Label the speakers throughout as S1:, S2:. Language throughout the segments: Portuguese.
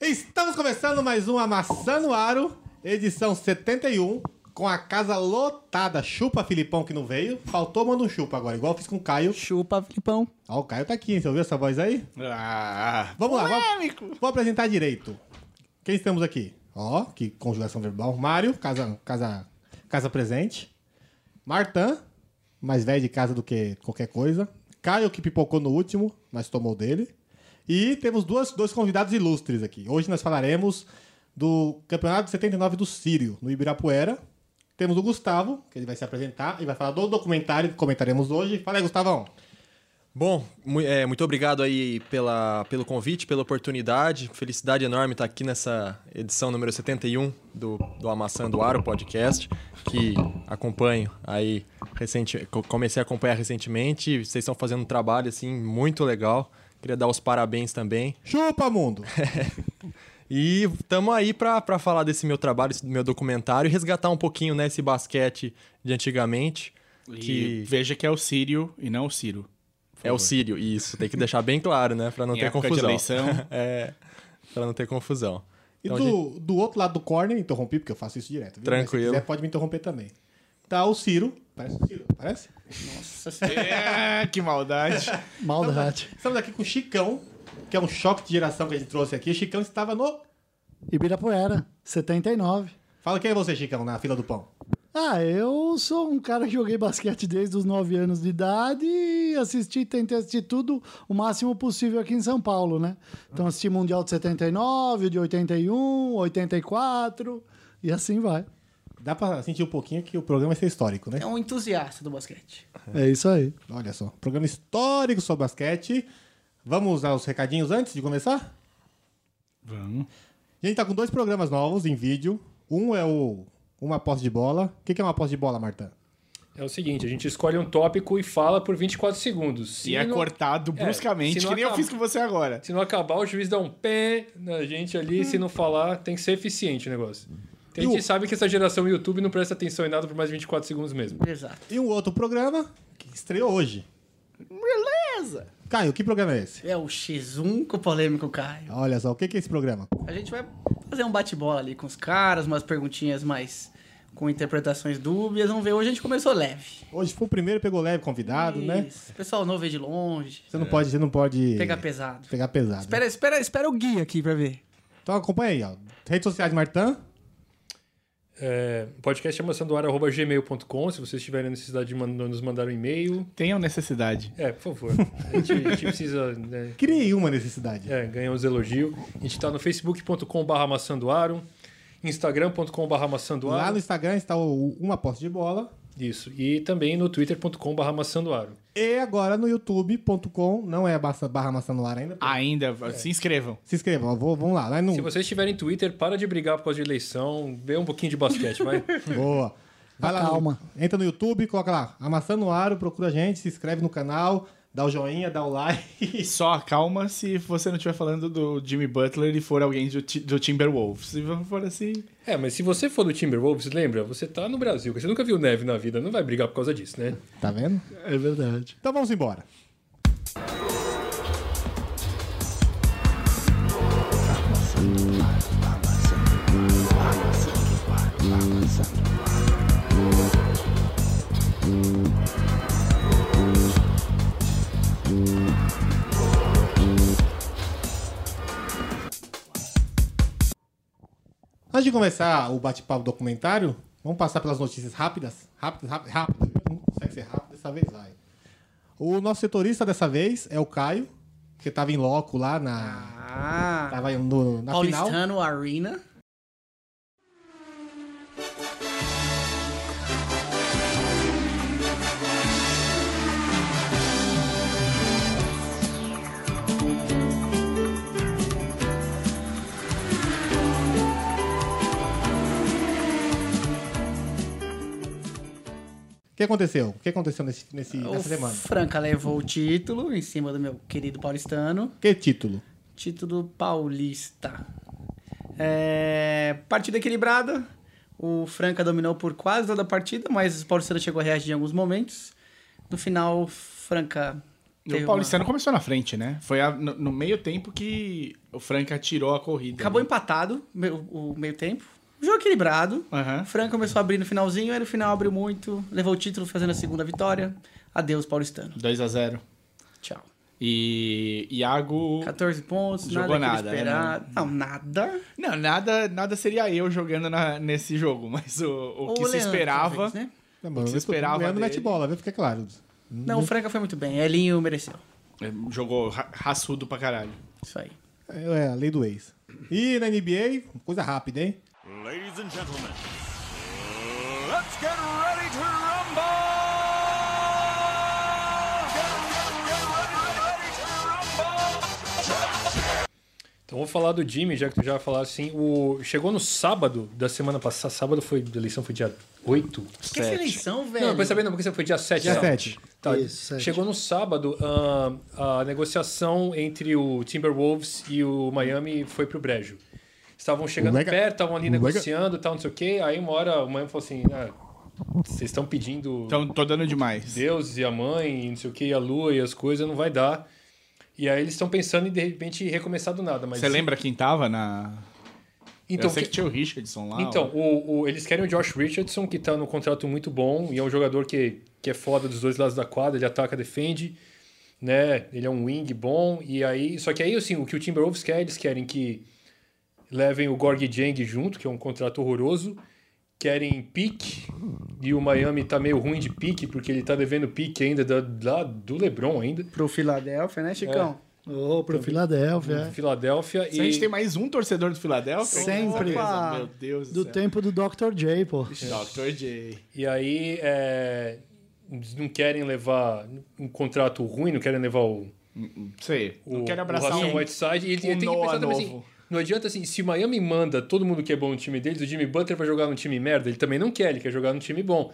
S1: Estamos começando mais uma Maçã no Aro, edição 71, com a casa lotada. Chupa, Filipão, que não veio. Faltou, manda um chupa agora, igual eu fiz com o Caio.
S2: Chupa, Filipão.
S1: Ó, o Caio tá aqui, hein? Você ouviu essa voz aí? Ah, vamos lá, vamos, vou apresentar direito. Quem estamos aqui? Ó, que conjugação verbal. Mário, casa, casa, casa presente. Martã, mais velho de casa do que qualquer coisa. Caio, que pipocou no último, mas tomou dele. E temos duas, dois convidados ilustres aqui. Hoje nós falaremos do Campeonato de 79 do Sírio, no Ibirapuera. Temos o Gustavo, que ele vai se apresentar e vai falar do documentário que comentaremos hoje. Fala aí, Gustavão.
S3: Bom, mu- é, muito obrigado aí pela, pelo convite, pela oportunidade. Felicidade enorme estar aqui nessa edição número 71 do, do Amassando Aro podcast, que acompanho aí recente, co- comecei a acompanhar recentemente. Vocês estão fazendo um trabalho assim muito legal. Queria dar os parabéns também.
S1: Chupa, mundo!
S3: E estamos aí para falar desse meu trabalho, desse meu documentário, e resgatar um pouquinho né, esse basquete de antigamente.
S4: E
S3: Que
S4: veja que é o Sírio e não o Ciro.
S3: é o Sírio, isso, tem que deixar bem claro, né? Para não
S4: Em
S3: ter
S4: época de
S3: confusão.
S4: eleição.
S3: é, para não ter confusão.
S1: E
S3: Então,
S1: do,
S3: a gente-
S1: do outro lado do corner, interrompi, porque eu faço isso direto. Viu? Mas
S3: Tranquilo.
S1: Se quiser, pode me interromper também. Tá o Ciro. Parece o Ciro, parece?
S4: é, que maldade.
S2: Maldade.
S1: Estamos aqui com o Chicão, que é um choque de geração que a gente trouxe aqui. Chicão estava no.
S2: Ibirapuera, 79.
S1: Fala quem é você, Chicão, na fila do pão.
S2: Ah, eu sou um cara que joguei basquete desde os 9 anos de idade e assisti, tentei assistir tudo o máximo possível aqui em São Paulo, né? Então assisti Mundial de 79, de 81, 84 e assim vai.
S1: Dá pra sentir um pouquinho que o programa vai ser histórico, né?
S5: É um entusiasta do basquete.
S2: É isso aí.
S1: Olha só, programa histórico sobre basquete. Vamos aos recadinhos antes de começar?
S4: Vamos.
S1: A gente tá com dois programas novos em vídeo. Um é o Uma Posse de Bola. O que que é uma posse de bola, Marta?
S6: É o seguinte, a gente escolhe um tópico e fala por 24 segundos. Se
S4: E é
S6: não-
S4: cortado
S6: É,
S4: bruscamente,
S6: se não
S4: que nem eu
S6: acaba-
S4: fiz com você agora.
S6: Se não acabar, o juiz dá um pé na gente ali. Se não falar, tem que ser eficiente o negócio. Tem
S1: Uhum. E
S6: gente
S1: o-
S6: que sabe que essa geração YouTube não presta atenção em nada por mais 24 segundos mesmo.
S5: Exato.
S1: E um outro programa que estreou hoje.
S5: Beleza!
S1: Caio, que programa é esse?
S5: É o X1 com o polêmico Caio.
S1: Olha só, o que que é esse programa?
S5: A gente vai fazer um bate-bola ali com os caras, umas perguntinhas mais com interpretações dúbias. Vamos ver, hoje a gente começou leve.
S1: Hoje foi o primeiro, pegou leve convidado, né?
S5: Isso. Pessoal novo vê de longe.
S1: Você não pode, você não pode
S5: Pegar pesado.
S1: pegar pesado.
S5: Espera, espera, espera o guia aqui pra ver.
S1: Então acompanha aí, ó. Redes sociais Martã.
S6: É, podcast gmail.com se vocês tiverem necessidade de mandar- nos mandar um e-mail.
S4: Tenham necessidade.
S6: É, por favor. A gente, a gente precisa né,
S1: Criei uma necessidade.
S6: É, ganhamos elogio. A gente tá no facebook.com.br maçandoaro, instagram.com.br
S1: Lá no
S6: maçandoaro.
S1: Instagram está o Uma Posse de Bola.
S6: Isso. E também no twitter.com.br maçandoaro.
S1: E agora no youtube.com, não é a barra, barra maçã no ar
S5: Ah.
S1: ainda.
S4: Ainda,
S6: É.
S4: se inscrevam.
S1: Se inscrevam, ó, vou- vamos lá. lá no...
S6: Se vocês tiverem Twitter, para de brigar por causa de eleição, vê um pouquinho de basquete, vai.
S1: Boa. Vai lá, no-
S2: Calma.
S1: entra no YouTube, coloca lá, Amassando o Aro, procura a gente, se inscreve no canal, dá o joinha, dá o like.
S4: E só acalma se você não estiver falando do Jimmy Butler e for alguém do, Ti- do Timberwolves. Se for assim.
S6: É, mas se você for do Timberwolves, lembra? Você tá no Brasil, você nunca viu neve na vida, não vai brigar por causa disso, né?
S1: Tá vendo?
S2: É verdade.
S1: Então vamos embora. Antes de começar o bate-papo documentário, vamos passar pelas notícias rápidas. Rápidas, rápidas, rápidas. Não consegue ser rápido, dessa vez vai. O nosso setorista dessa vez é o Caio, que tava em loco lá na.
S5: Ah,
S1: Tava no, na final.
S5: Paulistano Arena.
S1: O que aconteceu? O que aconteceu nesse, nesse,
S5: O
S1: nessa semana?
S5: Franca levou o título em cima do meu querido paulistano.
S1: Que título?
S5: Título paulista. É, partida equilibrada. O Franca dominou por quase toda a partida, mas o Paulistano chegou a reagir em alguns momentos. No final, o Franca
S4: E
S5: Teve
S4: o Paulistano começou na frente, né? Foi a- no, no meio tempo que o Franca tirou a corrida.
S5: Acabou
S4: né?
S5: empatado meu- o meio tempo. Jogo equilibrado.
S4: Aham.
S5: O Franca começou a abrir no finalzinho, aí no final abriu muito, levou o título fazendo a segunda vitória. Adeus, paulistano.
S4: 2 a 0
S5: Tchau.
S4: E Iago.
S5: 14 pontos,
S4: Jogou
S5: nada,
S4: nada, né?
S5: que esperar. Não, nada.
S4: Não, nada, nada seria eu jogando na- nesse jogo, mas o, o
S5: Ou
S4: que
S5: o
S4: se
S5: Leandro,
S4: esperava.
S5: talvez, né?
S1: Não, mas
S4: que se
S1: eu tô
S4: esperava
S1: ganhando
S4: dele.
S1: netbola, viu? Fica claro.
S4: Uhum.
S5: Não, o Franca foi muito bem. Elinho mereceu.
S4: É, Jogou ra- raçudo pra caralho.
S5: Isso aí.
S1: É a lei do ex. E na NBA, coisa rápida, hein?
S7: Ladies and gentlemen, let's get ready to rumble! Get, get, get ready, ready to rumble!
S6: Então vou falar do Jimmy, já que tu já falou assim. O... Chegou no sábado da semana passada. Sábado foi. A eleição foi dia 8?
S5: Que essa eleição, velho?
S6: Não, depois sabendo porque foi dia 7.
S1: Dia
S6: sábado.
S1: 7.
S6: Tá.
S2: Isso, 7.
S6: Chegou no sábado, ahn, a negociação entre o Timberwolves e o Miami foi pro brejo. Estavam chegando
S1: Mega-
S6: perto, estavam ali
S1: Mega-
S6: negociando e tal, não sei o quê. Aí uma hora o Miami falou assim, ah, vocês estão pedindo...
S4: Então, tô dando demais.
S6: Deus e a mãe, e não sei o que, e a lua e as coisas, não vai dar. E aí eles estão pensando em de repente recomeçar do nada. Mas
S4: Você lembra quem tava na.
S6: Então,
S4: eu sei que
S6: que-
S4: tinha o Richardson lá.
S6: então o, o- eles querem o Josh Richardson, que tá num contrato muito bom e é um jogador que, que é foda dos dois lados da quadra, ele ataca, defende, né? Ele é um wing bom. E aí, só que aí, assim, o que o Timberwolves quer, eles querem que levem o Gorg Jang junto, que é um contrato horroroso. Querem pique, e o Miami tá meio ruim de pique, porque ele tá devendo pique ainda da, lá do Lebron ainda.
S5: Pro Filadélfia, né, Chicão?
S2: É. Ô, pro é. Filadélfia.
S6: Filadélfia
S4: Se É. a gente
S6: e
S4: tem mais um torcedor do Filadélfia,
S2: Sempre.
S4: Opa! Meu Deus
S2: Do
S4: do, céu.
S2: tempo do Dr. J, pô.
S4: Dr. J.
S6: E aí, é, eles não querem levar um contrato ruim, não querem levar o,
S4: Não Sei.
S6: o,
S4: Não quero abraçar
S6: o Hassan
S4: um.
S6: Whiteside. E ele,
S4: um
S6: ele tem que
S4: Noah
S6: pensar também assim,
S4: novo.
S6: não adianta assim, se Miami manda todo mundo que é bom no time deles, o Jimmy Butler vai jogar num time merda, ele também não quer, ele quer jogar num time bom.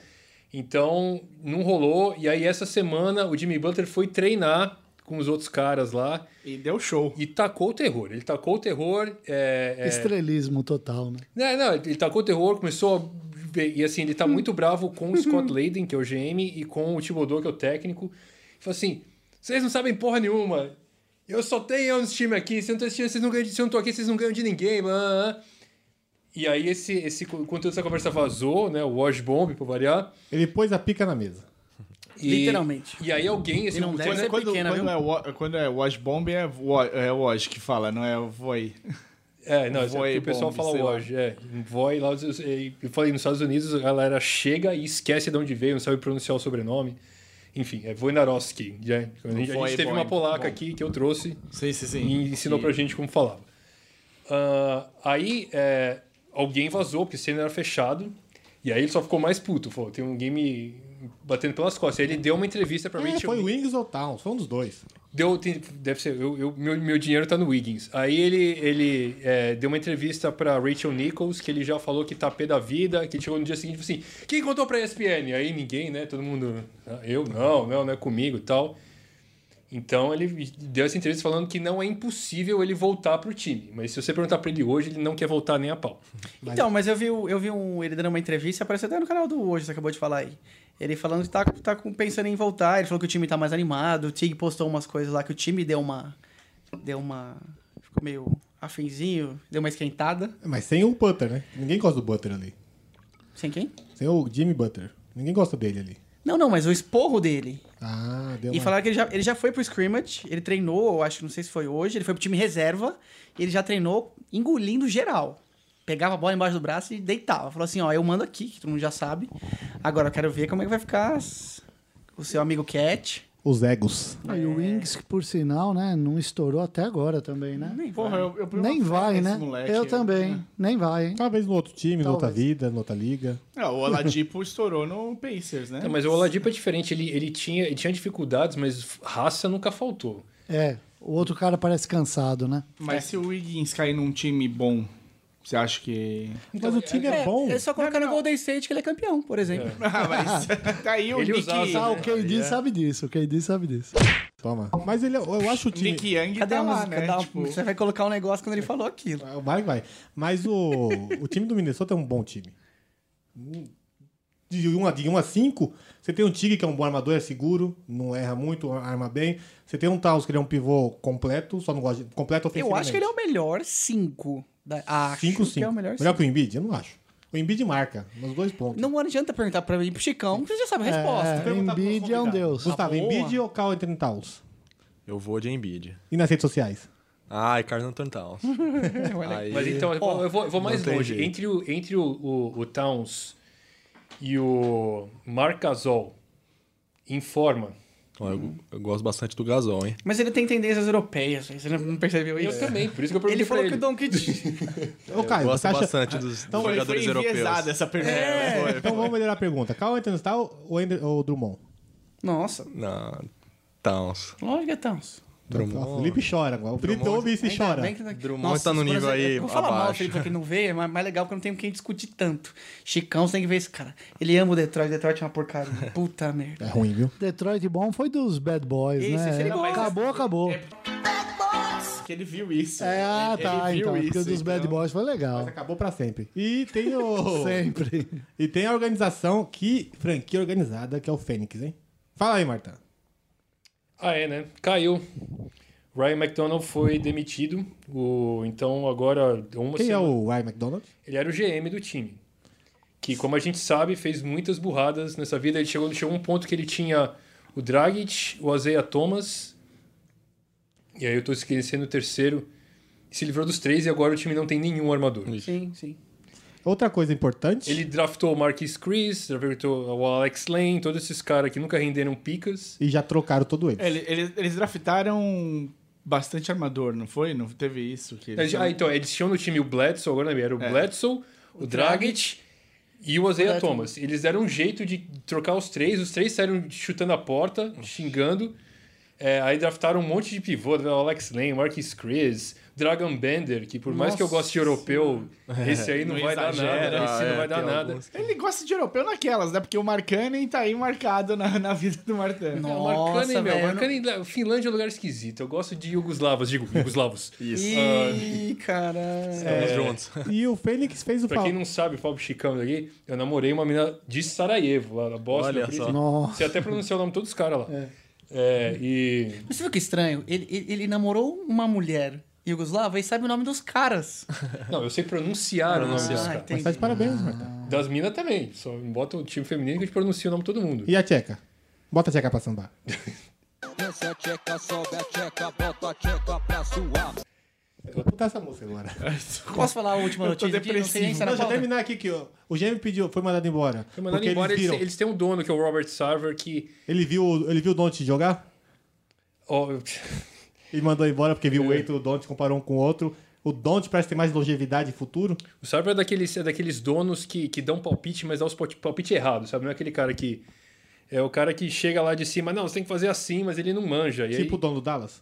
S6: Então, não rolou. E aí, essa semana, o Jimmy Butler foi treinar com os outros caras lá
S4: E deu show.
S6: e tacou o terror. Ele tacou o terror. é, é,
S2: Estrelismo total, né?
S6: Não, É, não, ele tacou o terror, começou a... E assim, ele tá muito bravo com o Scott Layden, que é o GM, e com o Thibodeau, que é o técnico. Ele falou assim, vocês não sabem porra nenhuma. Eu só tenho eu nesse time aqui. Se eu não tô, nesse time, vocês não ganham de- se eu não tô aqui, vocês não ganham de ninguém. blá, blá, blá." E aí, esse, esse conteúdo dessa conversa vazou, né? O Wash Bomb, pra variar.
S1: Ele pôs a pica na mesa.
S6: E-
S5: Literalmente.
S6: E aí, alguém... Esse
S5: E não
S6: o-
S5: deve
S4: Quando,
S5: ser
S4: quando,
S5: pequena,
S4: quando
S5: viu?
S4: é wa- quando é Wash Bomb, é, wa, é Wash que fala, não é Voi.
S6: É, não, isso é
S4: Voy
S6: porque o pessoal
S4: bomb, sei
S6: fala
S4: lá.
S6: hoje. É, voy lá. os- os- e- Eu falei, nos Estados Unidos a galera chega e esquece de onde veio, não sabe pronunciar o sobrenome. Enfim, é Wojnarowski. Já, a gente, a gente
S4: Voy
S6: teve
S4: bomb,
S6: uma polaca
S4: bom.
S6: aqui que eu trouxe
S4: Sim, sim, sim.
S6: e ensinou pra gente como falava. Ah, aí é, alguém vazou, porque o cenário era fechado. E aí ele só ficou mais puto. Falou, tem alguém me batendo pelas costas. Aí ele deu uma entrevista pra
S1: É,
S6: Rachel
S1: foi Wings ou Towns, foi um dos dois.
S6: Deu, tem- deve ser, eu, eu- meu, meu dinheiro tá no Wiggins. Aí ele, ele é, deu uma entrevista pra Rachel Nichols, que ele já falou que tá pé da vida, que chegou no dia seguinte e falou assim: quem contou pra ESPN? Aí ninguém, né? Todo mundo, "Ah, eu não, não, não é comigo e tal. Então ele deu essa entrevista falando que não é impossível ele voltar pro time. Mas se você perguntar pra ele hoje, ele não quer voltar nem a pau.
S5: Então, mas eu vi, o- eu vi um, ele dando uma entrevista, apareceu até no canal do Hoje, você acabou de falar aí. Ele falando que tá, tá com- pensando em voltar, ele falou que o time tá mais animado, o Tig postou umas coisas lá que o time deu uma... Deu uma... Ficou meio afinzinho, deu uma esquentada.
S1: Mas sem o Butter, né? Ninguém gosta do Butter ali.
S5: Sem quem?
S1: Sem o Jimmy Butter. Ninguém gosta dele ali.
S5: Não, não, mas o esporro dele.
S1: Ah, deu
S5: E
S1: uma...
S5: falaram que ele já, ele já foi pro scrimmage, ele treinou, eu acho que não sei se foi hoje, ele foi pro time reserva, ele já treinou engolindo geral. Pegava a bola embaixo do braço e deitava. Falou assim, ó, eu mando aqui, que todo mundo já sabe. Agora eu quero ver como é que vai ficar as- o seu amigo Cat.
S1: Os egos.
S2: E o Wings, que por sinal, né, não estourou até agora também, né? Nem,
S4: Porra, eu, eu ponho uma fé
S2: vai,
S4: nesse
S2: né?
S4: moleque. né?
S2: eu também. Nem vai, hein?
S1: Talvez no outro time, na outra
S2: Talvez.
S1: vida, na outra liga.
S4: Ah, o Oladipo estourou no Pacers, né?
S3: Então,
S6: Não, mas o Oladipo é diferente, ele, ele, tinha, ele tinha dificuldades, mas raça nunca faltou.
S2: É, o outro cara parece cansado, né?
S3: é.
S4: Mas se o Wiggins cair num time bom, você acha que.
S1: Mas o time é, bom.
S5: É só colocar no Golden State que ele é campeão, por exemplo.
S4: Ah, mas aí o
S6: Ele
S4: Nick,
S6: usava-
S2: Ah, o
S6: É,
S2: KD sabe disso, o KD sabe disso.
S1: Toma. Mas ele, é- eu acho o time...
S4: Nick Young
S5: Cadê
S4: tá
S5: a
S4: lá,
S5: música?
S4: né?
S5: Dá-
S4: Tipo,
S5: Você vai colocar um negócio quando ele falou aquilo.
S1: Ah, Vai, vai. Mas o, o time do Minnesota é um bom time. de 1 a, de um a 5, você tem um Tig, que é um bom armador, é seguro, não erra muito, arma bem. Você tem um Taos, que ele é um pivô completo, só não gosta de. Completo
S5: Eu acho que ele é o melhor 5. Acho
S1: 5
S5: que
S1: 5.
S5: é o melhor
S1: melhor,
S5: 5.
S1: que o Embiid? Eu não acho. O Embiid marca, nos dois pontos.
S5: Não adianta perguntar pra mim pro Chicão, que você já sabe a resposta.
S1: Pergunta pro
S2: Embiid
S1: nosso
S2: é um
S1: convidado.
S2: deus.
S1: Gustavo,
S5: Ah, boa.
S1: Embiid ou Cal entre Taos?
S3: Eu vou de Embiid.
S1: E nas redes sociais?
S3: Ai, Carlos Anton Towns.
S5: É.
S3: Aí-
S6: Mas então, eu vou- eu vou, eu vou mais
S3: não tem
S6: longe.
S3: jeito.
S6: Entre, o, entre o, o- o Towns e o Marc Gasol em forma,
S3: Ó, eu, eu gosto bastante do Gasol, hein?
S5: Mas ele tem tendências europeias, você não percebeu
S6: eu
S5: isso? É.
S6: também, por isso que eu perguntei
S5: Ele falou
S6: pra
S5: que o
S6: ele.
S5: Don Kitty.
S1: Ô, Caio,
S3: Gosto
S1: você acha-
S3: bastante dos, dos
S4: Então Foi- assim.
S3: jogadores
S4: foi
S3: europeus.
S4: enviesada essa pergunta.
S2: É,
S1: Então vamos melhorar a pergunta. Cal entre Taos ou, Ender- ou Drummond?
S5: Nossa,
S3: Não, Towns.
S5: lógico que é Towns.
S1: O Felipe chora agora. O Felipe
S3: Drummond-
S1: ouve isso e
S5: Ainda
S1: chora.
S5: bem que-
S3: Drummond tá no
S5: por
S3: nível aí
S5: eu Vou falar mal,
S3: abaixo.
S5: Felipe, pra quem não vê, mas mais legal porque não tem quem discutir tanto. Chicão, você tem que ver esse cara. Ele ama o Detroit, Detroit é uma porcaria. Puta merda.
S1: É ruim, viu?
S2: Detroit bom foi dos Bad Boys,
S5: Isso,
S2: né?
S5: isso ele
S2: É,
S5: gosta.
S2: acabou,
S4: assim.
S2: acabou. É,
S4: Que ele viu isso.
S2: ah,
S4: É, Ele
S2: tá,
S4: viu
S2: então.
S4: isso,
S2: Porque o dos Bad
S4: então.
S2: Boys foi legal.
S1: Mas acabou pra sempre. E tem o.
S2: Sempre.
S1: E tem a organização, que franquia organizada, que é o Fênix, hein? Fala aí, Marta.
S6: Ah, é, né? Caiu. Ryan McDonald foi demitido. O, então, agora, uma
S1: Quem é
S6: semana-
S1: o Ryan McDonald?
S6: Ele era o GM do time. Que, como a gente sabe, fez muitas burradas nessa vida. Ele chegou, chegou um ponto que ele tinha o Dragic, o Azeia Thomas. E aí eu tô esquecendo o terceiro. Se livrou dos três e agora o time não tem nenhum armador.
S5: Sim, sim.
S1: Outra coisa importante.
S6: Ele draftou o Marquis Chris, draftou o Alex Lane, todos esses caras que nunca renderam picas.
S1: E já trocaram todo ele.
S4: É, ele- ele- eles draftaram bastante armador, não foi? Não teve isso? Que
S6: Eles- Ah, então, eles tinham no time o Bledsoe, agora não era o Bledsoe, o, Dragic e o Isaiah Thomas. Eles deram um jeito de trocar os três, os três saíram chutando a porta, xingando. É, aí draftaram um monte de pivô, o Alex Lane, o Marquis Chris, Dragon Bender, que por mais que eu goste de europeu, esse aí não,
S4: Não
S6: vai
S4: exagera.
S6: dar nada, esse
S3: Ah,
S6: não
S3: é,
S6: vai dar
S3: tem
S6: nada.
S3: alguns.
S4: Ele gosta de europeu naquelas, né? Porque o Markkanen tá aí marcado na, na vida do Martin.
S5: Não.
S6: É,
S5: Nossa,
S6: Marcani, meu,
S5: velho, eu
S6: Marcani, Finlândia é um lugar esquisito. Eu gosto de Yugoslavas, digo, Yugoslavos.
S3: Isso.
S5: Ih, caralho.
S6: Ah,
S3: Estamos
S6: É.
S3: juntos.
S1: E o Fênix fez o
S6: Pra
S1: pau.
S6: quem não sabe, o Fábio Chicão daqui, eu namorei uma menina de Sarajevo, lá da Bósnia.
S3: Olha
S6: por
S3: só.
S6: isso-
S2: Nossa.
S6: Você até pronunciou o nome de todos os caras lá. É. e.
S5: Mas você viu que estranho? Ele, ele, ele namorou uma mulher iugoslava e sabe o nome dos caras.
S6: Não, eu sei pronunciar o nome
S5: Ah,
S6: dos caras.
S1: Mas tá de
S5: entendi.
S1: parabéns, Marta.
S6: Das minas também. Só bota o time feminino que a gente pronuncia o nome de todo mundo.
S1: E a Tcheca? Bota a Tcheca pra sambar.
S8: Desce é a tcheca, sobe a tcheca, bota a tcheca pra suar.
S1: Eu vou botar essa música agora.
S5: Posso falar a última
S4: Eu tô
S5: notícia? aqui? Não sei nem se é
S1: Não, deixa
S5: na
S1: eu
S5: pauta.
S1: terminar aqui que o, o GM pediu, foi mandado embora.
S6: Foi mandado
S1: porque
S6: embora,
S1: eles
S6: eles,
S1: viram.
S6: eles têm um dono, que é o Robert Sarver, que.
S1: Ele viu, ele viu o Don't jogar?
S6: ó,
S1: E mandou embora porque viu o
S6: É.
S1: Eito e o Don't comparou um com o outro. O Don't parece ter mais longevidade e futuro.
S6: o Sarver é daqueles, é daqueles donos que, que dão palpite, mas dá os palpite, palpite errado, sabe? Não é aquele cara que. É o cara que chega lá de cima, não, você tem que fazer assim, mas ele não manja. E
S1: Tipo o
S6: aí,
S1: dono do Dallas.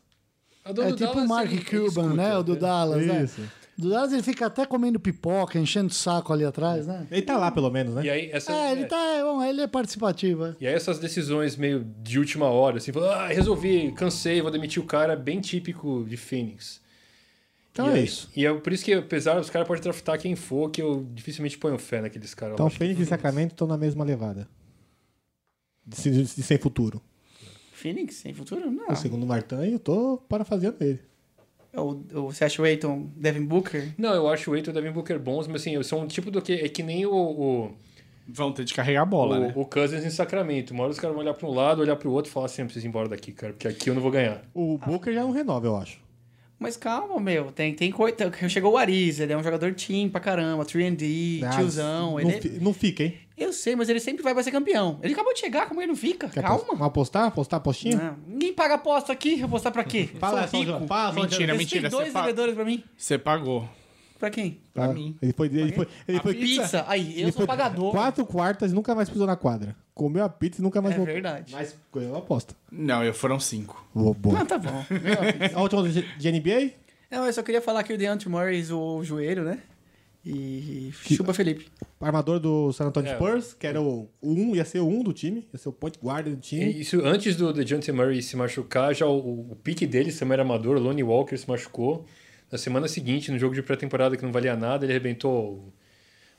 S6: a dona
S2: É
S6: do
S2: tipo o
S6: Dallas,
S2: Mark
S6: ele- ele
S2: Cuban,
S6: escuta,
S2: né? O do Dallas, né?
S1: Isso.
S2: Do Dallas ele fica até comendo pipoca, enchendo o saco ali atrás, né?
S1: Ele tá lá, pelo menos, né?
S6: E aí, essa,
S2: É, ele tá. é, Bom, ele é participativo. é.
S6: E aí essas decisões meio de última hora, assim, falando, ah, resolvi, cansei, vou demitir o cara, bem típico de Phoenix.
S1: Então
S6: E
S1: é
S6: aí-
S1: isso.
S6: E é por isso que, apesar dos caras podem draftar quem for, que eu dificilmente ponho fé naqueles caras
S1: Então,
S6: lá.
S1: Fênix e Sacramento estão na mesma levada. De, se- de sem futuro.
S5: Phoenix, sem futuro? Não.
S1: O segundo Martin, eu tô parafaseando ele.
S5: O, o, você acha o Aiton, Devin Booker?
S6: Não, eu acho o Eitor e o Devin Booker bons, mas assim, são um tipo do que... É que nem o, o,
S4: Vão ter de carregar a bola,
S6: o-
S4: né?
S6: o Cousins em Sacramento. Uma hora os caras vão olhar pra um lado, olhar pro outro e falar assim, eu preciso ir embora daqui, cara, porque aqui eu não vou ganhar.
S1: O Booker já não renova, eu acho.
S5: Mas calma, meu. Tem, tem coisa. Chegou o Ariz, ele é um jogador team pra caramba, 3D,
S1: Ah,
S5: tiozão.
S1: Não,
S5: Ele é-
S1: fi- não fica, hein?
S5: Eu sei, mas ele sempre vai, vai ser campeão. Ele acabou de chegar, como ele não fica?
S1: Quer apos-
S5: Calma.
S1: Vamos apostar? Apostar a postinha?
S5: Não, ninguém paga aposta aqui, eu vou apostar pra quê?
S1: Fala,
S5: Sou
S1: São
S5: rico.
S1: João. Fala, São
S4: Mentira,
S1: João.
S5: Eles têm
S4: mentira.
S5: dois
S4: Você, pa-
S5: vendedores pra mim?
S4: você pagou.
S5: Pra quem?
S1: Pra
S4: mim.
S1: Ele foi. Ele foi, ele
S4: A
S1: foi
S5: Pizza. Aí, eu
S1: ele
S5: sou
S1: foi
S5: pagador.
S1: Quatro quartas e nunca mais pisou na quadra. Comeu a pizza e nunca mais
S5: É verdade.
S1: Mas ganhou a aposta.
S4: Não, eu foram cinco.
S1: Boa, boa.
S5: Ah, tá bom.
S1: A última de, de NBA?
S5: Não, eu só queria falar que o DeAndre Murray zoou o joelho, né? E chupa Felipe.
S1: Armador do San Antonio
S6: É.
S1: Spurs, que era o 1, um, ia ser o 1 um do time, ia ser o point guard do
S5: É
S1: time.
S6: E Isso antes do DeJounte Murray se machucar, já o, o pique dele também era amador, o Lonnie Walker se machucou. Na semana seguinte, no jogo de pré-temporada que não valia nada, ele arrebentou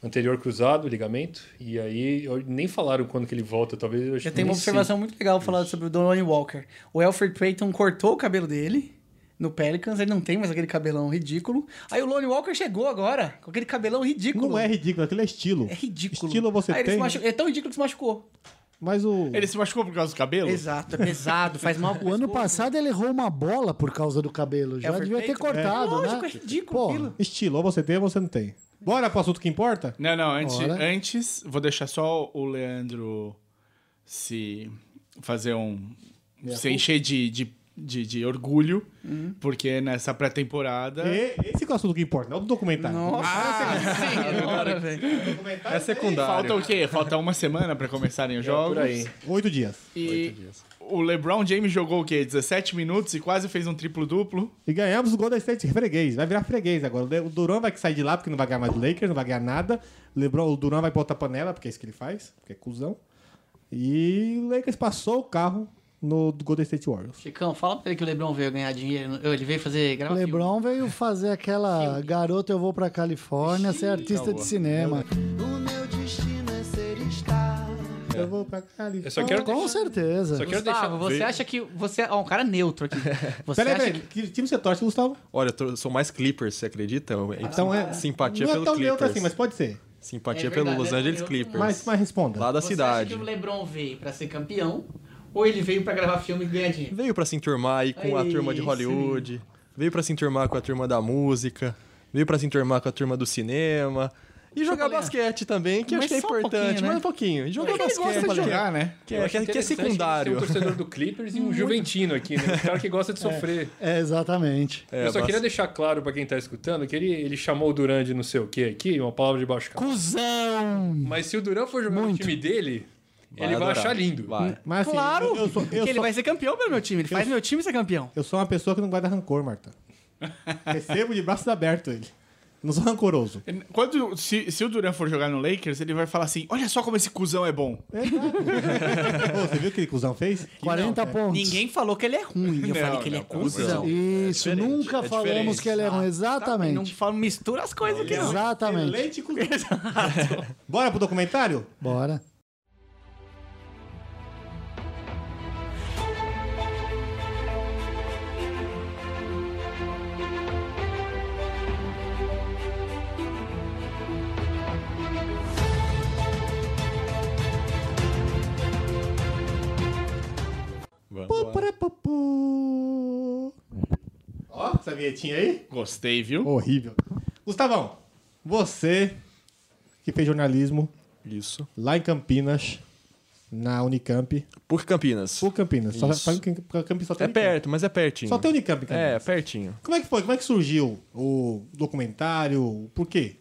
S6: anterior cruzado, ligamento. E aí eu- nem falaram quando que ele volta, talvez eu acho
S5: Eu
S6: que
S5: tenho uma
S6: nem sei.
S5: observação muito legal falando sobre o Donnie Walker. O Alfred Payton cortou o cabelo dele no Pelicans, ele não tem mais aquele cabelão ridículo. Aí o Lonnie Walker chegou agora, com aquele cabelão ridículo.
S1: Não é ridículo, aquilo é estilo.
S5: É ridículo.
S1: Estilo você
S5: Aí ele se
S1: tem,
S2: né?
S5: machu- É tão ridículo que se machucou.
S1: mas o...
S4: Ele se machucou por causa do cabelo?
S5: Exato, é pesado, faz mal pro
S2: O ano
S5: corpo.
S2: passado ele errou uma bola por causa do cabelo.
S4: É
S2: Já
S5: Alfred
S2: devia ter
S5: Payton?
S2: cortado, né?
S5: Lógico, é ridículo
S2: Porra.
S5: aquilo.
S1: Estilo, ou você tem ou você não tem. Bora pro assunto que importa?
S4: Não, não, antes,
S2: Ora.
S4: antes, vou deixar só o Leandro se fazer um. se encher de, de, de, de orgulho, porque nessa pré-temporada.
S1: E- Esse que é o assunto que importa, não é o do documentário.
S5: Nossa, Ah, senhora, velho.
S3: É secundário.
S4: Falta o quê? Falta uma semana pra começarem os jogos.
S6: Por aí.
S1: Oito dias.
S4: E o LeBron James jogou o quê? 17 minutos e quase fez um triplo-duplo.
S1: E ganhamos o Golden State freguês. Vai virar freguês agora. O Le- O Duran vai sair de lá porque não vai ganhar mais do Lakers, não vai ganhar nada. O LeBron, o Duran vai botar panela, porque é isso que ele faz, porque é cuzão. E o Lakers passou o carro no do Golden State Warriors.
S5: Chicão, fala pra ele que o Lebron veio ganhar dinheiro. Ele veio fazer gravação.
S2: Lebron veio fazer aquela garota eu vou pra Califórnia ser artista de cinema.
S7: O meu destino é ser estar.
S1: Eu vou pra Califórnia.
S6: Eu só quero,
S2: Com certeza.
S6: só quero deixar.
S5: Gustavo, você acha que você é um cara neutro aqui. Você
S1: Peraí,
S5: acha
S1: peraí, que time você torce, Gustavo?
S3: Olha, eu tô- sou mais Clippers, você acredita? Eu-
S1: Então é.
S3: Simpatia
S1: não
S3: Ah, pelo
S1: é tão neutro
S3: Clippers.
S1: assim, mas pode ser.
S3: Simpatia
S5: É
S3: pelo
S5: verdade,
S3: Los
S5: é
S3: Angeles
S5: neutro,
S3: Clippers.
S1: Mas, mas responda.
S3: Lá da
S5: você acha
S3: cidade.
S5: que o LeBron veio pra ser campeão ou ele veio pra gravar filme e ganhar dinheiro?
S3: Veio pra se enturmar aí com a
S5: É
S3: turma de
S5: isso
S3: Hollywood. Veio pra se enturmar com a turma da música. Veio pra se enturmar com a turma do cinema. E jogar
S5: Chocolate.
S3: basquete também, que
S5: Mas
S3: acho que é
S5: só um
S3: importante,
S5: pouquinho, né?
S3: mas um pouquinho. E jogar
S5: Mas ele
S3: basquete.
S5: gosta de
S3: falei,
S4: Jogar, né?
S3: Que é, que é- que é secundário.
S6: Um torcedor do Clippers e um Juventino aqui, né? Um cara que gosta de sofrer.
S2: É, exatamente.
S3: É,
S6: eu só
S3: bas-
S6: queria deixar claro pra quem tá escutando que ele, ele chamou o Duran de não sei o que aqui, uma palavra de baixo calão.
S2: Cusão!
S6: Mas se o Duran for jogar no time dele,
S3: Vai
S6: ele vai
S3: adorar.
S6: achar lindo. Hum.
S3: Vai.
S1: Mas, assim,
S5: Claro!
S1: eu, eu sou, eu
S5: Porque ele
S1: sou-
S5: vai ser campeão pelo meu time. Ele faz meu time ser campeão.
S1: eu sou uma pessoa que não guarda rancor, Marta. Recebo de braços abertos ele. Não sou rancoroso.
S4: Quando, se, se o Duran for jogar no Lakers, ele vai falar assim: olha só como esse cuzão é bom.
S1: Ô, você viu o que o cuzão fez?
S2: 40 pontos.
S5: Ninguém falou que ele é ruim. Eu
S4: Não,
S5: falei que ele
S4: não,
S5: é
S4: pelo amor de
S5: cuzão.
S2: Isso, nunca
S3: é
S2: falamos
S3: diferente.
S2: que ele é ruim.
S5: Não
S2: Exatamente.
S5: fala, mistura as coisas aqui, não.
S2: Exatamente.
S1: Leite cuzão. Bora pro documentário?
S2: Bora.
S1: Pô, pera, pô, pô. Ó, essa vinhetinha aí.
S4: Gostei, viu?
S1: Horrível. Gustavão, você que fez jornalismo
S3: Isso.
S1: lá em Campinas, na Unicamp.
S3: PUC Campinas.
S1: Por Campinas. Só,
S3: Isso.
S1: só, que Campinas só tem
S3: É
S1: Unicamp.
S3: perto, mas é pertinho.
S1: Só tem Unicamp, cara.
S3: É, pertinho.
S1: Como é que foi? Como é que surgiu o documentário? Por quê?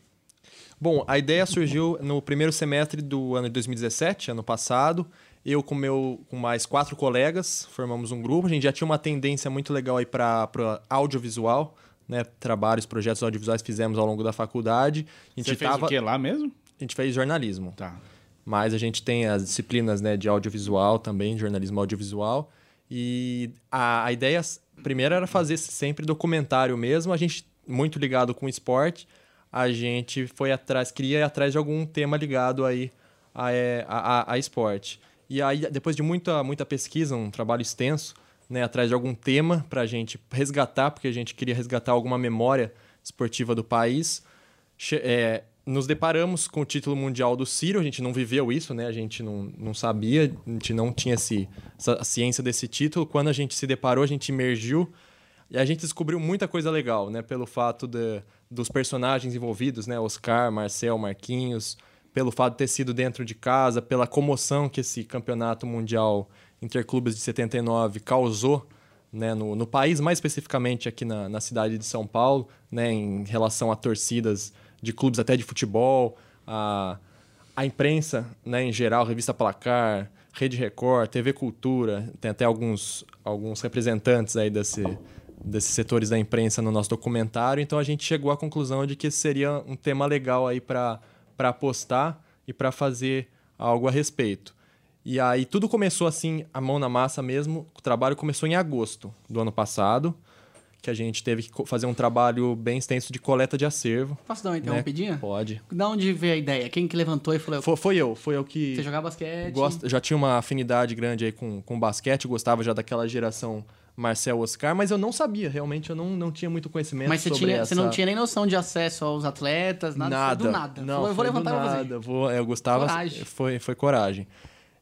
S3: Bom, a ideia surgiu no primeiro semestre do ano de 2017, ano passado. Eu com meu com mais quatro colegas formamos um grupo. A gente já tinha uma tendência muito legal aí para audiovisual, né? Trabalhos, projetos audiovisuais fizemos ao longo da faculdade. A gente
S4: Você fez
S3: tava-
S4: o quê lá mesmo?
S3: a gente fez jornalismo.
S4: Tá.
S3: Mas a gente tem as disciplinas né, de audiovisual também, jornalismo audiovisual. E a, a ideia s- primeira era fazer sempre documentário mesmo. A gente, muito ligado com esporte, a gente foi atrás, queria ir atrás de algum tema ligado aí a, é, a, a- a esporte. E aí, depois de muita, muita pesquisa, um trabalho extenso, né, atrás de algum tema para a gente resgatar, porque a gente queria resgatar alguma memória esportiva do país. Che- é, nos deparamos com o título mundial do Ciro, a gente não viveu isso, né? A gente não, não sabia, a gente não tinha esse, essa ciência desse título. Quando a gente se deparou, a gente imergiu e a gente descobriu muita coisa legal, né? Pelo fato da- dos personagens envolvidos, né? Oscar, Marcel, Marquinhos, pelo fato de ter sido dentro de casa, pela comoção que esse campeonato mundial interclubes de 79 causou né, no, no país, mais especificamente aqui na, na cidade de São Paulo, né, em relação a torcidas de clubes até de futebol, a, a imprensa né, em geral, revista Placar, Rede Record, TV Cultura, tem até alguns, alguns representantes aí desse, desses setores da imprensa no nosso documentário, então a gente chegou à conclusão de que esse seria um tema legal aí para apostar e para fazer algo a respeito. E aí tudo começou assim, a mão na massa mesmo. O trabalho começou em agosto do ano passado, que a gente teve que co- fazer um trabalho bem extenso de coleta de acervo.
S5: Posso dar uma
S3: né?
S5: interrompidinha?
S3: Pode.
S5: Da onde veio a ideia? Quem que levantou e falou,
S3: Foi, foi eu, foi eu que
S5: você jogar basquete?
S3: gosta, já tinha uma afinidade grande aí com, com basquete, gostava já daquela geração Marcel Oscar, mas eu não sabia, realmente eu não, não tinha muito conhecimento
S5: Mas você,
S3: sobre
S5: tinha,
S3: essa...
S5: você não tinha nem noção de acesso aos atletas, nada,
S3: nada.
S5: do nada.
S3: Não,
S5: Falou, eu vou
S3: foi do
S5: levantar e vou fazer.
S3: nada. Vou, eu gostava.
S5: Coragem.
S3: Foi, foi coragem.